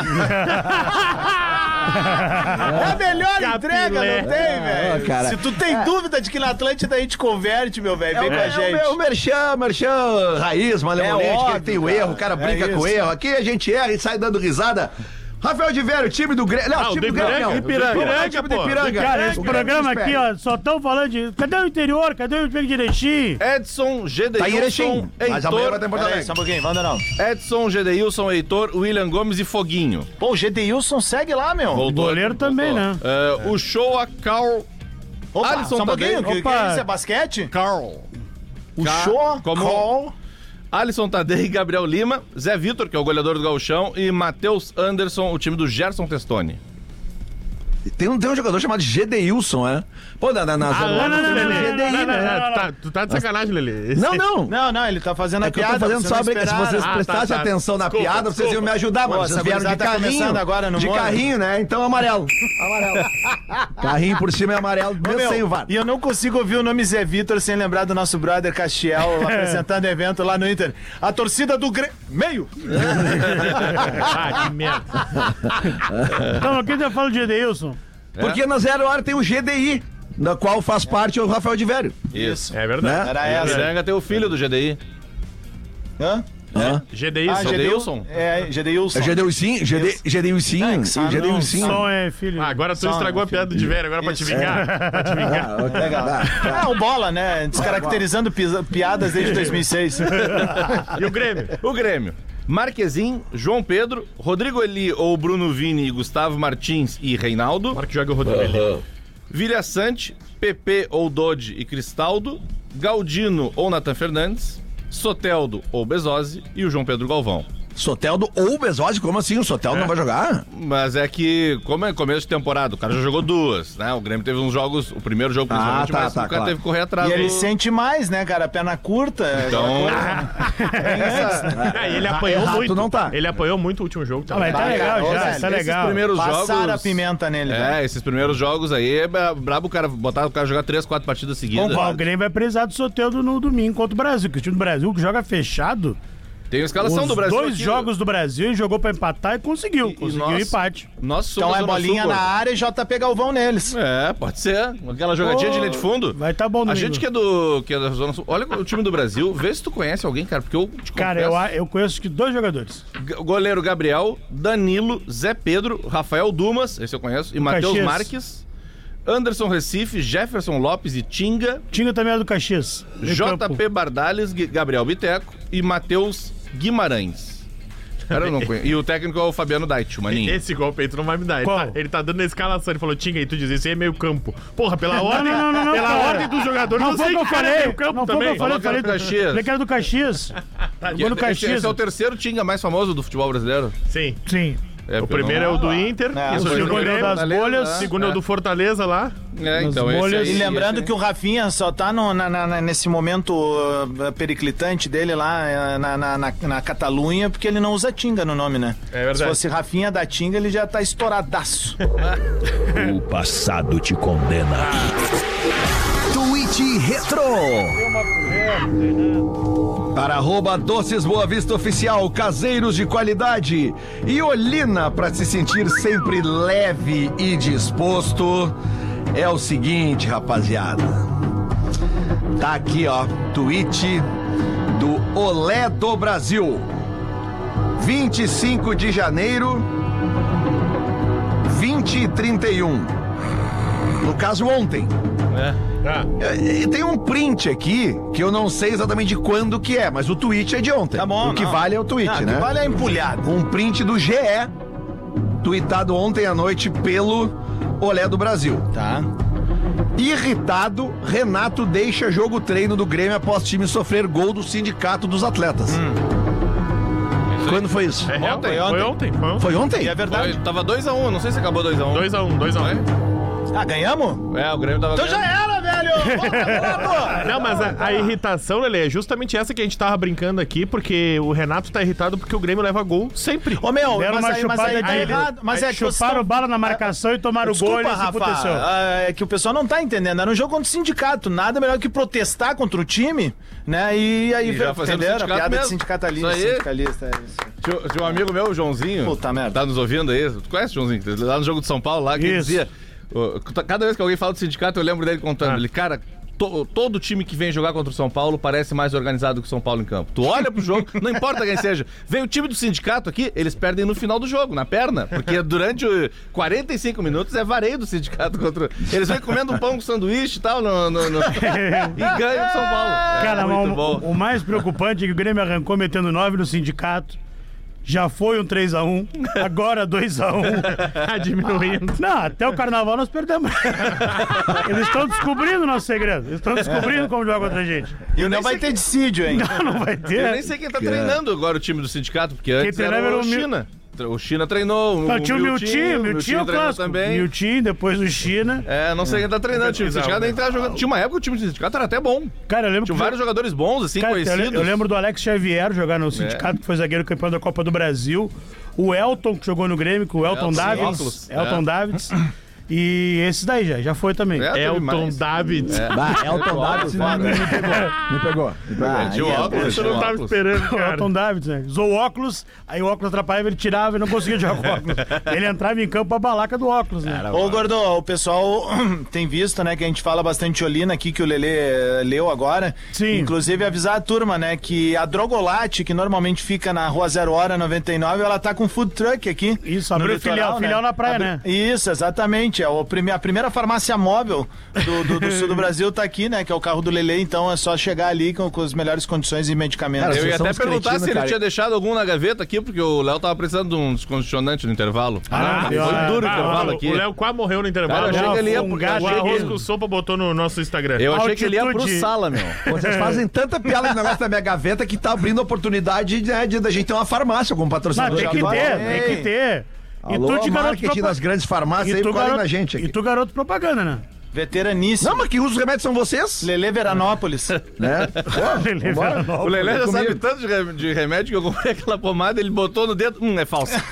S3: É a melhor entrega, não tem,
S2: Ah, cara.
S3: velho. Se tu tem dúvida de que na Atlântida a gente converte, meu velho, vem com a
S2: É,
S3: gente.
S2: o, o merchan, merchan raiz, malemolente,
S3: É
S2: que ele
S3: óbvio,
S2: tem o
S3: cara.
S2: erro, o cara
S3: É
S2: brinca com o
S3: isso.
S2: erro. Aqui a gente erra e sai dando risada. Rafael de Velho, time do Grêmio. Não,
S4: Ah, o
S2: time
S4: do
S2: do Tipo
S5: é
S2: Grêmio.
S4: Ipiranga,
S2: não.
S4: Ipiranga,
S2: Vamos lá,
S4: Ipiranga,
S2: time do
S4: pô.
S2: Ipiranga.
S5: Cara, esse
S2: O
S5: programa
S2: Grêmio
S5: aqui, ó, só estão falando de. Cadê o interior? Cadê o emprego direitinho?
S6: Edson,
S2: né? Tá em
S6: Gedeilson, é,
S2: Erechim, mas amanhã vai ter em Porto
S3: Peraí,
S2: Alegre.
S3: só um pouquinho, vamos não.
S6: Edson, Gedeilson, Heitor, William Gomes e Foguinho.
S3: Pô, o Gedeilson segue lá, meu.
S6: Voltou.
S5: goleiro também, né?
S6: É, o show a Carl.
S3: Opa,
S2: tá
S6: Alisson
S3: só um
S6: também.
S3: pouquinho, que, que
S5: Opa.
S3: isso é basquete?
S6: Carl.
S3: O
S6: Ca-
S3: show,
S6: Ah, como-
S3: call,
S6: Alisson Tadei, Gabriel Lima, Zé Vitor, que é o goleador do Gauchão, e Matheus Anderson, o time do Gerson Testoni.
S2: Tem um, tem um jogador chamado Gedeilson, é? Pô, na, na, na
S4: Ah, não, não, não,
S2: tem um
S4: Lelê.
S2: GDI,
S4: Não, não,
S2: né?
S4: não, não, tá- Tu tá de sacanagem, Lelê.
S2: Não, não.
S3: Não, não, ele tá fazendo
S2: É
S3: a
S2: que eu tô
S3: piada.
S2: fazendo só a
S3: vocês não
S2: brinca- Se
S3: esperaram.
S2: vocês
S4: Ah, tá,
S2: prestassem
S4: tá.
S2: atenção na
S4: Desculpa,
S2: piada, vocês iam me
S4: desculpa.
S2: ajudar, mano.
S3: Pô,
S2: Vocês
S3: essa
S2: vieram de
S3: gurizada tá
S2: carrinho.
S3: começando agora no
S2: de
S3: Moro.
S2: carrinho, né? Então amarelo. Amarelo. carrinho por cima é amarelo,
S3: Ô,
S2: mesmo
S3: meu,
S2: sem o VAR.
S3: E eu não consigo ouvir o nome Zé Vitor sem lembrar do nosso brother
S2: É.
S3: Castiel apresentando evento lá no Inter. A torcida do Gre... Meio!
S4: Ah, que merda.
S5: Então, aqui já fala de Edeilson.
S3: É.
S2: Porque na Zero Hora tem o GDI, da qual faz parte o Rafael de Velho.
S6: Isso.
S4: É verdade.
S2: Né?
S3: Era
S6: É.
S3: essa.
S6: Piranga tem o filho do GDI.
S3: Hã?
S2: Hã?
S4: GDI,
S3: Ah,
S4: só-
S6: Gedeilson?
S3: É, Gedeilson.
S2: É GDI sim, GD, GDI sim,
S3: É que sabe,
S2: GDI
S3: não,
S2: sim.
S5: Som é filho.
S4: Ah, agora tu
S3: Só,
S4: estragou a
S3: enfim.
S4: piada de velho, agora pra te
S3: Isso.
S4: vingar. Pra te vingar.
S2: Ah, ok,
S3: Legal.
S2: tá.
S3: Ah, o Bola, né? Descaracterizando pisa- piadas desde 2006.
S4: E o Grêmio?
S6: O Grêmio. Marquezin, João Pedro, Rodrigo Eli ou Bruno Vini, Gustavo Martins e Reinaldo.
S4: Hora que joga o Rodrigo Eli.
S6: Vilha Sante, PP ou Dodge e Cristaldo, Galdino ou Nathan Fernandes, Soteldo ou Bezosi e o João Pedro Galvão.
S2: Soteldo ou Bezosi, como assim? O Soteldo
S3: É.
S2: não vai jogar?
S6: Mas é que, como é começo de temporada, o cara já jogou duas, né? O Grêmio teve uns jogos, o primeiro jogo principalmente,
S2: Ah, tá,
S6: mas
S2: tá,
S6: o cara
S2: claro.
S6: teve que correr atrás
S3: E ele
S6: do...
S3: sente mais, né, cara? Perna curta.
S6: Então, É,
S4: Ah, ele apanhou
S2: errado
S4: muito.
S2: não tá.
S4: Ele apanhou muito o último jogo. Tá?
S5: Ah, mas tá
S3: Vai,
S5: legal
S3: cara, ô,
S5: já,
S3: velho,
S5: tá
S6: esses
S5: legal.
S6: primeiros jogos...
S3: Passaram a pimenta nele, velho.
S6: É, esses primeiros jogos aí, é bra- brabo o cara botar o cara jogar três, quatro partidas seguidas.
S5: Bom, o Grêmio é vai precisar do Soteldo no domingo contra o Brasil, que o time do Brasil que joga fechado.
S6: Tem a escalação
S5: os
S6: do Brasil
S5: dois
S6: aqui.
S5: jogos do Brasil ele jogou pra empatar e conseguiu.
S6: E- e
S5: conseguiu
S6: nós-
S5: empate.
S6: Nós somos
S3: Então é
S6: Zona Sul,
S3: bolinha na
S6: gordo.
S3: área e JP Galvão neles.
S6: É, pode ser. Aquela jogadinha de linha de fundo.
S5: Vai tá bom
S6: A
S5: domingo.
S6: gente que é do que é da Zona Sul. Olha o time do Brasil, vê se tu conhece alguém, cara, porque eu te
S5: Cara, eu,
S6: confesso.
S5: eu conheço que dois jogadores.
S6: G- Goleiro Gabriel, Danilo, Zé Pedro, Rafael Dumas, esse eu conheço, e Matheus
S5: Caxias.
S6: Marques, Anderson Recife, Jefferson Lopes e Tinga,
S5: Tinga também era do Caxias. Meio campo.
S6: JP Bardales, Gui- Gabriel Biteco e Matheus Guimarães. Cara, eu não conheço. E o técnico é o Fabiano Dait, o maninho.
S4: Esse golpe aí tu não vai me dar. Ele
S5: Qual?
S4: tá, ele tá dando a escalação. Ele falou, Tinga, e tu diz isso aí é meio campo. Porra, pela ordem,
S5: não, não, não,
S4: pela
S5: cara.
S4: ordem dos jogadores,
S5: Não foi o que eu
S4: cara é
S5: falei.
S4: meio campo
S5: Não foi o que
S4: também.
S5: eu falei. Eu
S6: Falou que
S5: falei
S6: era do
S5: do
S6: Caxias.
S5: Falei é que era do Caxias. Jogou no
S6: Esse- esse,
S5: Caxias.
S6: é o terceiro Tinga mais famoso do futebol brasileiro.
S4: Sim.
S5: Sim.
S6: É,
S4: O primeiro é o do Inter,
S6: Ah,
S3: É,
S6: né?
S3: o
S4: isso é o do
S5: segundo é o
S4: Grêmio,
S5: das bolhas,
S4: o segundo é o do Fortaleza lá.
S6: É,
S5: Nas
S6: então, esse
S5: bolhas.
S6: aí-
S3: E lembrando
S4: né?
S6: esse-
S3: que o Rafinha só tá no- na- na- na- nesse momento uh, periclitante dele lá eh, na, na, na- na Catalunha, porque ele não usa Tinga no nome, né?
S4: É verdade.
S3: Se fosse Rafinha da Tinga, ele já tá estouradaço.
S8: O passado te condena.
S2: Tweet Retro. Para arroba Doces Boa Vista Oficial, caseiros de qualidade e Olina para se sentir sempre leve e disposto. É o seguinte, rapaziada. Tá aqui, ó, tweet do Olé do Brasil. 25 de janeiro, 20 e 31. No caso, ontem. É, e Tem um print aqui que eu não sei exatamente de quando que é, mas o tweet é de ontem.
S3: Tá bom.
S2: O que
S3: não.
S2: vale é o tweet,
S3: Ah, O
S2: né?
S3: que vale é a empulhada.
S2: Um print do GE, tweetado ontem à noite pelo Olé do Brasil.
S3: Tá.
S2: Irritado, Renato deixa jogo treino do Grêmio após time sofrer gol do Sindicato dos Atletas.
S5: Hum.
S2: Quando foi isso?
S4: É real,
S6: Ontem,
S4: foi ontem. Foi ontem.
S2: Foi
S3: E
S2: ontem?
S3: é verdade.
S6: Foi, tava 2x1, não sei se acabou 2x1.
S4: 2x1, 2x1.
S3: Ah, ganhamos?
S6: É, o Grêmio tava.
S3: Então já
S6: ganhando.
S3: era, velho! Volta, volta!
S4: Não, mas a, a irritação, Lele, é justamente essa que a gente tava brincando aqui, porque o Renato tá irritado porque o Grêmio leva gol sempre.
S3: Ô, meu,
S5: Deram
S3: mas
S5: uma
S3: aí, mas aí
S5: chupada
S3: tá
S5: de-
S3: errado. Mas é que vocês
S5: Chuparam
S3: tão-
S5: bala na marcação e tomaram o gol e
S3: Desculpa,
S5: eles se
S3: Rafa,
S5: aconteceu.
S3: ah, é que o pessoal não tá entendendo. Era um jogo contra o sindicato. Nada melhor que protestar contra o time, né? E aí,
S6: E já fazendo
S3: entenderam? A
S6: sindicato
S3: piada de
S6: mesmo.
S3: sindicalista.
S6: Isso aí.
S3: sindicalista é isso.
S6: Tinha, tinha um amigo meu, o Joãozinho.
S3: Puta merda.
S6: Tá nos ouvindo aí? Tu conhece o Joãozinho? Lá no jogo de São Paulo, lá que ele
S5: Isso.
S6: dizia. ô, Cada vez que alguém fala do sindicato, eu lembro dele contando.
S5: Ah.
S6: Ele, cara. to- todo time que vem jogar contra o São Paulo parece mais organizado que o São Paulo em campo. Tu olha pro jogo, não importa quem seja. Vem o time do sindicato aqui, eles perdem no final do jogo, na perna. Porque durante o 45 minutos é vareio do sindicato contra. o- Eles vêm comendo um pão com sanduíche e tal no, no- no- e ganham o São Paulo. É
S5: Cara, mas
S6: muito
S5: o,
S6: bom.
S5: o mais preocupante é que o Grêmio arrancou metendo nove no sindicato. Já foi um 3x1, agora 2x1.
S4: Tá diminuindo.
S5: Não, até o carnaval nós perdemos. Eles estão descobrindo o nosso segredo. Eles estão descobrindo como joga contra a gente.
S3: E não vai ter dissídio, hein?
S5: Não vai
S6: Eu
S5: ter.
S6: nem sei quem
S2: É.
S6: tá treinando agora o time do sindicato, porque antes era
S5: É. treinava era
S6: o
S5: o Mil-
S6: China. O China treinou,
S5: Não, tinha o Miltinho, Miltinho é o
S6: treinou
S5: clássico.
S6: também.
S5: Miltinho, depois o China.
S6: É, não sei quem tá treinando, o time do sindicato nem tá jogando. Tinha uma época que o time do sindicato era até bom.
S5: né? Cara, eu lembro
S6: Tinha
S5: que-
S6: vários jogadores bons, assim,
S5: Cara, eu le-
S6: conhecidos.
S5: Eu
S6: É.
S5: lembro do Alex Xavier jogar no sindicato, que foi zagueiro campeão da Copa do Brasil. O Elton, que jogou no Grêmio, com o Elton
S6: Elton,
S5: Davids.
S6: óculos.
S5: Elton
S6: É.
S5: Davids. E esses daí já, já foi também.
S6: É, teve
S4: Elton
S6: mais. É,
S4: Davids.
S2: Bah, é Elton Davids não né? me, me pegou. Me pegou. Me pegou.
S10: Ah,
S6: né? Tinha o né? óculos,
S4: Isso eu
S6: tinha
S4: não
S6: o
S4: tava
S6: óculos.
S4: esperando,
S5: O
S4: cara.
S5: Elton Davids, né? Usou o óculos, aí o óculos atrapalhava, ele tirava e não conseguia jogar com o óculos. Ele entrava em campo pra balaca do óculos, né?
S3: Ô, Gordo, o pessoal tem visto, né, que a gente fala bastante Olina aqui, que o Lelê eh, leu agora.
S5: Sim.
S3: Inclusive, avisar a turma, né, que a Drogolate, que normalmente fica na Rua Zero Hora 99, ela tá com food truck aqui.
S5: Isso,
S3: no
S5: abriu
S3: litoral,
S5: filial- filial na praia, né?
S3: Isso, exatamente. É o prime- a primeira farmácia móvel do, do- do sul do Brasil tá aqui, né, que é o carro do Lelê, então é só chegar ali com, com as melhores condições e medicamentos.
S2: Cara,
S6: Eu
S2: Vocês
S6: ia
S2: são
S6: até
S2: uns
S6: perguntar
S2: cretinos,
S6: se ele
S2: cara.
S6: tinha deixado algum na gaveta aqui, porque o Léo tava precisando de um descondicionante no intervalo.
S5: Ah,
S6: foi
S5: Deus.
S6: duro o
S5: Ah,
S6: intervalo
S4: o-
S6: aqui.
S4: O Léo quase morreu no intervalo.
S6: Cara, eu achei que ele ia
S5: um
S6: pro-
S5: gato,
S4: o arroz com
S5: ele-
S4: sopa botou no nosso Instagram.
S6: Eu achei que ele ia pro
S5: Altitude.
S6: sala, meu.
S2: Vocês fazem tanta piada no negócio da minha gaveta que tá abrindo a oportunidade né, de da gente ter uma farmácia como
S5: Não,
S2: patrocinador.
S5: tem que
S2: Agora,
S5: ter,
S2: né?
S5: tem que ter.
S2: Alô, marketing
S5: propa-
S2: das grandes farmácias
S5: e
S2: aí,
S5: tu,
S2: colhem
S5: garoto,
S2: na gente aqui.
S5: e tu garoto propaganda, né?
S3: Veteraníssimo.
S2: Não, mas quem usa os remédios são vocês,
S3: Lelê Veranópolis.
S2: né?
S5: Lelê Veranópolis.
S6: O Lelé já
S2: Comigo.
S6: sabe tanto de rem- de remédio que eu comprei aquela pomada, ele botou no dedo. Hum, é falsa.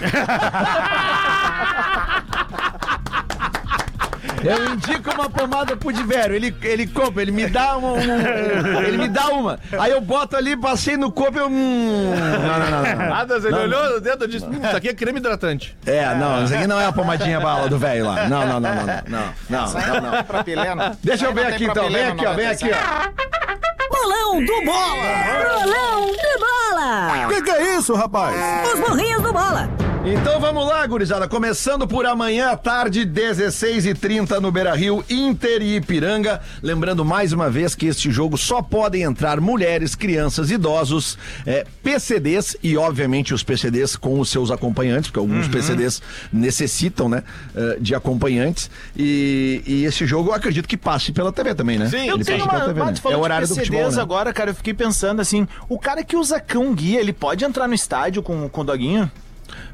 S2: Eu indico uma pomada pro Diverio. Ele, ele compra, ele me dá uma, um- Ele me dá uma. Aí eu boto ali, passei no corpo e eu. Hum, não, não, não,
S3: É.
S2: não.
S6: Nada, ele olhou no dedo e disse: hum, isso aqui é creme hidratante.
S2: É, não, isso aqui não é a pomadinha bala do velho lá. Não, não, não, não, não, não, não, não, não.
S3: é Pra Pelena.
S2: Deixa eu ver
S3: Não tem
S2: aqui
S3: pra
S2: então, vem
S3: Pelena,
S2: aqui, ó, vem aqui, ó.
S11: Bolão do Bola! Bolão do Bola!
S10: que, que é isso, rapaz?
S11: Os morrinhos do Bola!
S2: Então vamos lá, gurizada. Começando por amanhã à tarde, 16h30 no Beira Rio, Inter e Ipiranga. Lembrando mais uma vez que este jogo só podem entrar mulheres, crianças, idosos, eh, PCDs e, obviamente, os PCDs com os seus acompanhantes, porque alguns PCDs necessitam, né, eh, de acompanhantes. E, e esse jogo eu acredito que passe pela TV também, né?
S6: Sim,
S3: Eu
S2: Ele
S3: tenho
S2: passa pela
S3: uma.
S2: TV, né?
S3: Mas tu falou
S2: É o
S3: de
S2: horário do
S3: PCDs
S2: futebol, né?
S3: agora, cara, eu fiquei pensando assim: o cara que usa cão guia, ele pode entrar no estádio com, com o doguinho?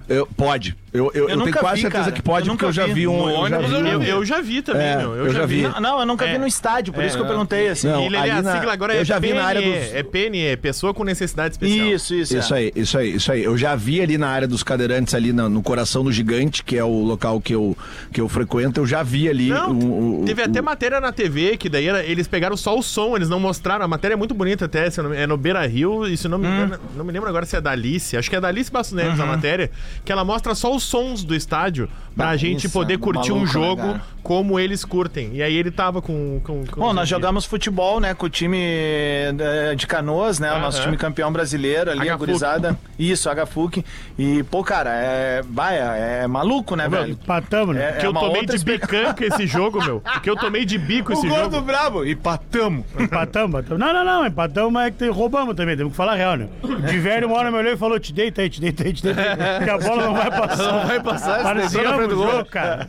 S2: Eu- pode. Eu, eu, eu tenho
S3: nunca
S2: quase
S3: vi,
S2: certeza
S3: cara.
S2: que pode,
S3: Eu
S2: porque eu
S3: nunca
S2: já
S3: vi.
S2: vi um.
S3: No
S2: já
S4: Ônibus
S2: vi
S4: eu,
S2: um.
S4: eu, eu já vi também,
S2: É,
S4: meu. Eu,
S2: eu
S4: já,
S2: já
S4: vi.
S2: vi.
S3: Não, não, eu nunca vi no estádio, por isso que eu perguntei assim.
S2: É. Não,
S4: E Lelê,
S2: ali
S4: a
S2: na-
S4: sigla agora
S2: eu
S4: é
S2: já vi na área
S4: PNE,
S2: dos-
S4: É PNE, pessoa com necessidade especial.
S3: Isso, isso.
S2: Isso
S3: é.
S2: aí, isso aí, isso aí. Eu já vi ali na área dos cadeirantes, ali na- no, coração do gigante, que é o local que eu, que eu frequento, eu já vi ali. um-
S4: Não,
S2: o- o-
S4: teve
S2: o-
S4: até matéria na TV que daí era- eles pegaram só o som, eles não mostraram. A matéria é muito bonita até, se eu não- é no Beira Rio, e se eu não me
S2: Hum.
S4: engano, não me lembro agora se é da Alice, acho que é da Alice Bastos Neves a matéria, que é ela mostra só os sons do estádio pra
S3: Bah,
S4: gente
S3: isso,
S4: poder
S3: é
S4: curtir
S3: maluco,
S4: um
S3: né,
S4: jogo
S3: cara?
S4: como eles curtem. E aí ele tava com. com, com
S3: Bom, nós jogamos futebol, né, com o time eh, de Canoas, né, o nosso
S4: Aham.
S3: time campeão brasileiro ali, a
S4: Agafuc.
S3: gurizada. Isso, HFUC. E, pô, cara, é, vai, é maluco, né, velho?
S5: Empatamos, né?
S3: É,
S4: Que
S3: é
S4: eu
S3: uma
S4: tomei
S3: outra
S4: de bicanca esse jogo, meu. Que eu tomei de bico esse jogo.
S3: brabo, empatamos.
S5: Empatamos, empatamos. Não, não, não. Empatamos, mas é que te- roubamos também. Temos que falar a real, né? De velho, uma hora me olhou e falou: te deita aí, te deita aí, te deita aí. Que a bola não vai passar.
S6: Não vai passar, se deitou na
S5: Parciamos
S6: frente do
S5: o
S6: gol.
S5: jogo, cara.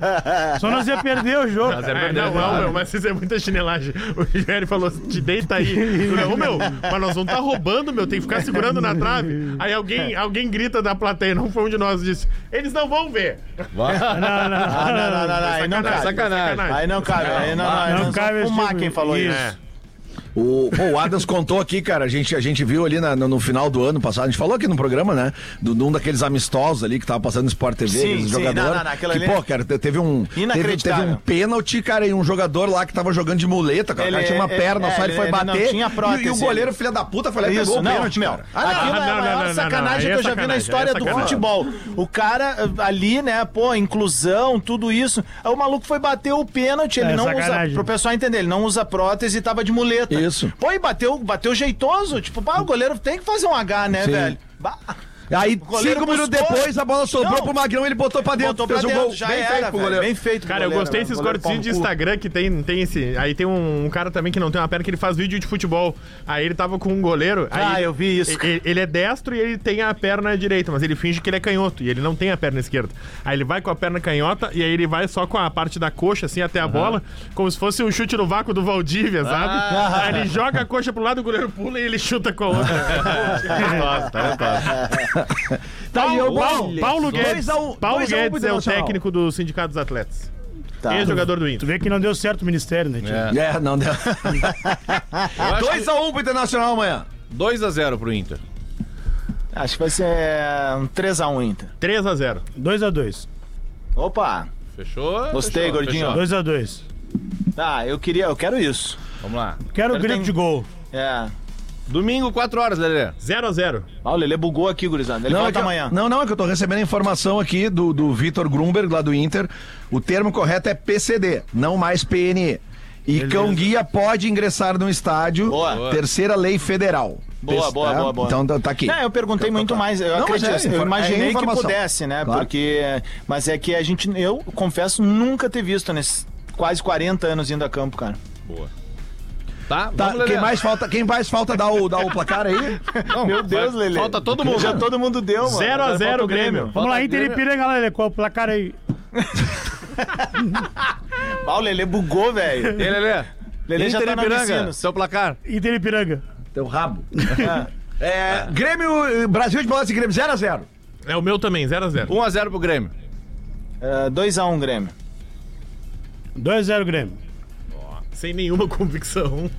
S5: Só nós ia perder o jogo.
S4: É, não, não, meu, mas isso é muita chinelagem. O Guilherme falou, te deita aí. Eu, não, meu, mas nós vamos tá roubando, meu, tem que ficar segurando na trave. Aí alguém, alguém grita da plateia, não foi um de nós, disse, eles não vão ver.
S5: Não, não, não.
S3: Ah, não, não, não, não, aí não
S4: Sacanagem,
S3: cabe.
S4: sacanagem. É.
S3: Aí não cabe, aí não, não, aí
S5: Não
S3: não
S5: cabe
S3: O
S5: esse
S3: Mac
S5: tipo-
S3: quem falou isso.
S5: isso.
S2: O, pô, o Adams contou aqui, cara. A gente, a gente viu ali na- no, no final do ano passado, a gente falou aqui no programa, né? Do, de um daqueles amistosos ali que tava passando no Sport TV,
S3: Sim,
S2: aqueles
S3: sim,
S2: jogador.
S3: não, não, não, aquilo
S2: que,
S3: ali- é
S2: pô, cara, te- teve um. Teve, teve
S3: Inacreditável.
S2: um pênalti, cara, e um jogador lá que tava jogando de muleta, cara. o
S3: Ele-
S2: cara tinha uma
S3: ele-
S2: perna
S3: é,
S2: só, ele
S3: ele-
S2: foi
S3: ele não
S2: bater.
S3: tinha prótese,
S2: e, e o goleiro, filha da puta, foi lá e pegou
S3: Isso,
S2: o
S3: não,
S2: pênalti,
S3: meu.
S2: cara.
S3: Aquilo é
S4: não,
S3: a
S4: não, não,
S3: maior
S4: não,
S3: sacanagem
S4: não,
S3: que
S4: aí
S3: eu
S4: é
S3: já vi na
S4: sacanagem, aí
S3: história
S4: é
S3: do
S4: sacanagem.
S3: futebol. O cara eh, ali, né, pô, inclusão, tudo isso. Aí o maluco foi bater o pênalti, ele
S5: É,
S3: não
S5: sacanagem.
S3: usa. Pro pessoal entender, ele não usa prótese e tava de muleta.
S2: Isso.
S3: Pô, e bateu, bateu jeitoso. Tipo, pá, o goleiro tem que fazer um H, né,
S2: Sim.
S3: velho? Bah.
S2: Aí,
S3: goleiro
S2: cinco minutos
S3: buscou.
S2: depois, a bola sobrou
S3: Não.
S2: pro Magrão, ele botou pra dentro.
S3: Botou pra
S2: fez
S3: dentro,
S2: o gol
S3: já
S2: bem
S3: era,
S2: feito pro
S3: velho,
S2: goleiro.
S3: bem feito pro
S4: Cara, eu
S3: goleiro,
S4: gostei
S3: velho,
S4: desses
S3: goleiro
S4: cortezinhos de
S3: pau no cu.
S4: Instagram que tem, tem esse. Aí tem um, um cara também que não tem uma perna, que ele faz vídeo de futebol. Aí ele tava com um goleiro.
S3: Ah,
S4: aí
S3: eu vi isso.
S4: e- Ele, é destro e ele tem a perna direita, mas ele finge que ele é canhoto e ele não tem a perna esquerda. Aí ele vai com a perna canhota e aí ele vai só com a parte da coxa, assim, até a bola, como se fosse o chute no vácuo do Valdívia, sabe? Aí ele joga a coxa pro lado, o goleiro pula e ele chuta com a outra. tá,
S2: Tá aí, ô,
S4: Paulo, Paulo,
S2: Paulo.
S4: Paulo
S2: Dois
S4: Guedes,
S2: a um-
S4: Paulo
S2: dois a um pro
S4: Guedes é o
S2: Internacional.
S4: técnico do Sindicato dos Atletas.
S3: Tá.
S4: Ex-jogador do
S5: Tu
S4: Inter.
S5: vê que não deu certo o ministério, né, tio?
S2: É, não deu.
S3: Ah,
S6: Eu acho
S2: 2
S6: que
S2: a 1 pro Internacional amanhã.
S6: 2 a 0 pro Inter.
S3: Tá. Acho que vai ser é, um 3x1 Inter.
S4: 3x0.
S5: 2x2.
S3: Opa!
S6: Fechou?
S3: Gostei,
S6: Fechou,
S3: gordinho.
S6: fechou.
S5: 2x2.
S3: Ah, eu queria, eu quero isso.
S6: Vamos lá.
S5: Quero o
S3: Ele
S5: grito
S3: tem-
S5: de gol.
S3: É.
S6: Domingo, 4 horas, Lelê.
S4: 0x0.
S3: Ah, o Lelê bugou aqui, gurizada. Ele
S2: Não, é
S3: volta
S2: que eu-
S3: amanhã.
S2: não, não, é que eu tô recebendo a informação aqui do, do Vitor Grumberg, lá do Inter. O termo correto é PCD, não mais PNE. E cão guia pode ingressar no estádio.
S3: Boa.
S2: Terceira lei federal.
S3: Boa,
S2: Pes-
S3: boa,
S2: tá?
S3: boa, boa.
S2: Então tá- tá aqui.
S3: Não, tá. eu perguntei muito mais. Eu,
S2: Não, mas
S3: acredito,
S2: é,
S3: eu
S2: infor- é
S3: imaginei que
S2: informação.
S3: pudesse, né?
S2: Claro.
S3: Porque. Mas é que a gente. Eu confesso nunca ter visto nesses quase 40 anos indo a campo, cara.
S6: Tá?
S2: Tá,
S6: Vamos, Lelê.
S2: quem, mais falta, quem mais falta dá o, dá o placar aí?
S6: Não,
S3: Meu Deus,
S6: vai-
S3: Lelê.
S6: Falta todo mundo.
S3: Já todo mundo deu, mano.
S4: 0 a
S3: Agora
S4: 0
S3: falta o
S4: Grêmio.
S5: Vamos lá,
S6: Falta
S5: Inter e
S6: Grêmio.
S5: Piranga lá, Lelê. Qual o placar aí?
S3: Ah, o Lelê bugou, velho.
S6: E aí, Lelê?
S3: Lelê já
S6: Inter
S3: tá
S6: e
S3: na
S6: Piranga,
S3: Unicinos.
S6: seu placar.
S5: Inter e Piranga.
S2: Teu rabo. É, Grêmio, eh, Brasil de Bolas e Grêmio 0x0.
S4: É o meu também, 0x0.
S6: 1x0 pro Grêmio.
S3: 2x1 Grêmio.
S5: 2x0 Grêmio.
S4: Sem nenhuma convicção.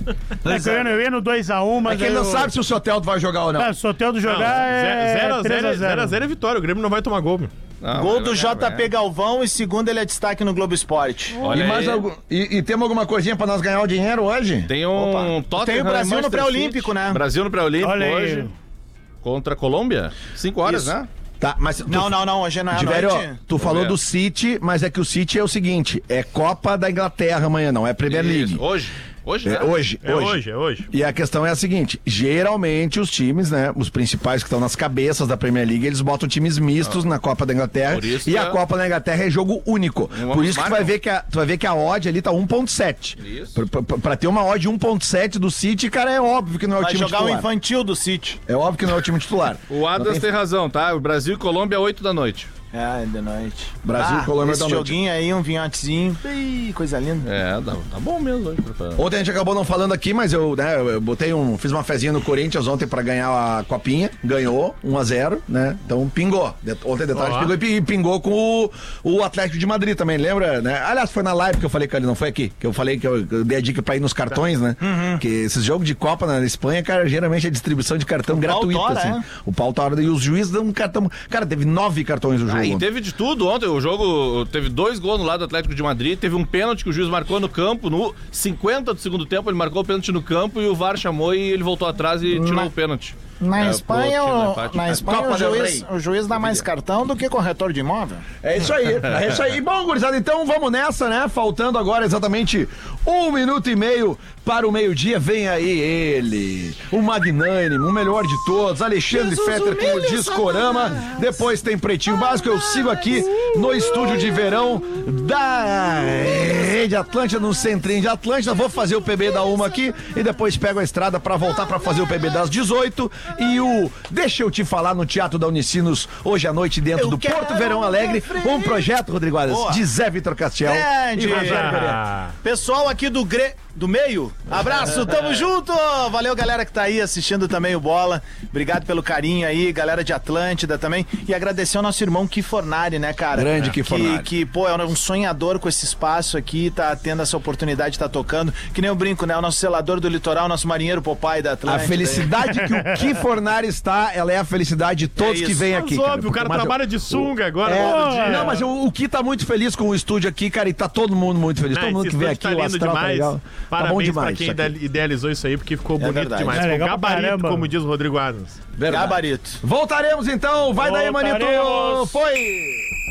S5: É que eu ia- eu ia no 2x1, mas.
S2: É que ele
S5: aí
S2: não
S5: eu-
S2: sabe se o Soteldo vai jogar ou não.
S5: Ah, se o Soteldo jogar é.
S4: 0x0
S5: 3x0.
S4: é vitória. O Grêmio não vai tomar gol, meu.
S6: Não,
S3: Gol
S6: mas
S3: do
S6: vai ganhar, vai
S3: JP
S6: ganhar.
S3: Galvão e segundo ele é destaque no Globo Esporte.
S6: Olha
S2: e, mais
S6: aí.
S2: algum- É. e- e temos alguma coisinha pra nós ganhar o dinheiro hoje?
S6: Tem um
S3: Opa.
S6: Tottenham
S3: Tem o Brasil
S6: e
S3: no
S6: Manchester
S3: pré-olímpico,
S6: City.
S3: né?
S6: Brasil no pré-olímpico
S5: Olha aí.
S6: hoje. Contra a Colômbia? 5 horas,
S3: Isso.
S6: né?
S2: Tá, mas tu-
S3: Não, não, não. Hoje não é à
S2: Tiverio,
S3: noite.
S2: tu falou
S6: ver.
S2: do City, mas é que o City é o seguinte: é Copa da Inglaterra amanhã, não é Premier League.
S6: Isso, Hoje. Hoje, né?
S2: É hoje,
S4: É
S2: hoje.
S4: hoje, é hoje.
S2: E a questão é a seguinte: geralmente os times, né, os principais que estão nas cabeças da Premier League, eles botam times mistos na Copa da Inglaterra.
S6: Ah. Por isso
S2: E
S6: que
S2: a
S6: é-
S2: Copa da Inglaterra é jogo único.
S6: Vamos
S2: Por isso que tu vai
S6: marcar.
S2: ver que a, tu vai ver que a odd ali tá 1.7.
S6: Isso.
S2: Pra- pra- Pra ter uma odd 1.7 do City, cara, é óbvio que não é o
S3: Vai
S2: time
S3: jogar um o
S2: titular.
S3: infantil do City.
S2: É óbvio que não é o time titular.
S6: O Adas tem... razão, tá? O Brasil e Colômbia, 8 da noite.
S3: É, de noite. Ah,
S2: Brasil e Colômbia
S3: esse
S2: da noite.
S3: joguinho aí, um vinhotezinho. Ih, coisa linda.
S6: É, tá, tá bom mesmo hoje. pra-
S2: Ontem a gente acabou não falando aqui, mas eu, né, eu botei um, fiz uma fezinha no Corinthians ontem pra ganhar a copinha, ganhou 1 a 0, né? Então pingou. De- Ontem de tarde
S4: Ó.
S2: pingou e pi- e pingou com o, o Atlético de Madrid também, lembra, né? Aliás, foi na live que eu falei com ele, não foi aqui, que eu falei que eu, que eu dei a dica pra ir nos cartões, né?
S3: Uhum.
S2: Que esses jogos de Copa na Espanha, cara, geralmente é distribuição de cartão gratuita,
S3: tora,
S2: assim.
S3: é?
S2: O pau tora e os juízes dão um cartão. Cara, teve nove cartões no jogo.
S6: Ah, e
S2: ontem.
S6: teve de tudo ontem. O jogo teve dois gols no lado do Atlético de Madrid. Teve um pênalti que o juiz marcou no campo. No 50 do segundo tempo, ele marcou o pênalti no campo e o VAR chamou e ele voltou atrás e tirou o pênalti. É,
S3: Na
S6: pro
S3: Espanha,
S6: outro time,
S3: o-
S6: é empate.
S3: na Espanha
S2: Copa
S3: o,
S2: del
S3: juiz,
S2: Rei.
S3: o juiz dá mais cartão do que corretor de imóvel.
S2: É isso aí, é isso aí. Bom, gurizada, então vamos nessa, né? Faltando agora exatamente um minuto e meio para o meio-dia. Vem aí ele, o magnânimo, o melhor de todos, Alexandre Fetter com o Discorama. Depois tem Pretinho Básico. Eu sigo aqui no estúdio de verão da Rede Atlântida, no centrinho de Atlântida. Vou fazer o PB da Uma aqui e depois pego a estrada para voltar para fazer o PB das 18. E o Deixa Eu Te Falar no Teatro da Unicinos, hoje à noite, dentro do Porto Verão Alegre. Um projeto, Rodrigo Aras,
S3: Boa.
S2: de Zé Vitor Castiel.
S3: Grande.
S2: e Rogério Pereira.
S4: Ah,
S3: Pessoal aqui do Gre... do meio, abraço, tamo junto! Valeu, galera que tá aí assistindo também o Bola. Obrigado pelo carinho aí, galera de Atlântida também. E agradecer ao nosso irmão Kifornari, né, cara?
S2: Grande Kifornari.
S3: Que, que, pô, é um sonhador com esse espaço aqui, tá tendo essa oportunidade, tá tocando. Que nem eu brinco, né? O nosso zelador do litoral, nosso marinheiro Popai da
S2: A
S3: Atlântida.
S2: felicidade que o Kifornari está, ela é a felicidade de todos
S3: isso.
S2: que vêm
S4: mas
S2: aqui. cara,
S4: óbvio, o
S2: porque
S4: cara
S2: mais-
S4: trabalha de sunga agora.
S2: É,
S4: todo dia.
S2: Não, mas o, o Ki tá muito feliz com o estúdio aqui, cara, e tá todo mundo muito feliz.
S4: Ah,
S2: todo mundo
S4: esse
S2: que vem
S4: estúdio
S2: aqui,
S4: tá
S2: o
S4: lindo
S2: astral tá
S4: demais.
S2: legal.
S4: Parabéns
S2: tá bom demais.
S4: pra quem
S2: isso aqui.
S4: ide- idealizou isso aí, porque ficou bonito
S3: verdade.
S4: demais.
S5: É
S4: Ficou
S5: legal pra
S4: gabarito,
S5: caramba.
S4: como diz o Rodrigo Adams.
S2: Verdade.
S3: Gabarito.
S2: Voltaremos então, vai daí, Manito!
S5: Voltaremos.
S2: Foi!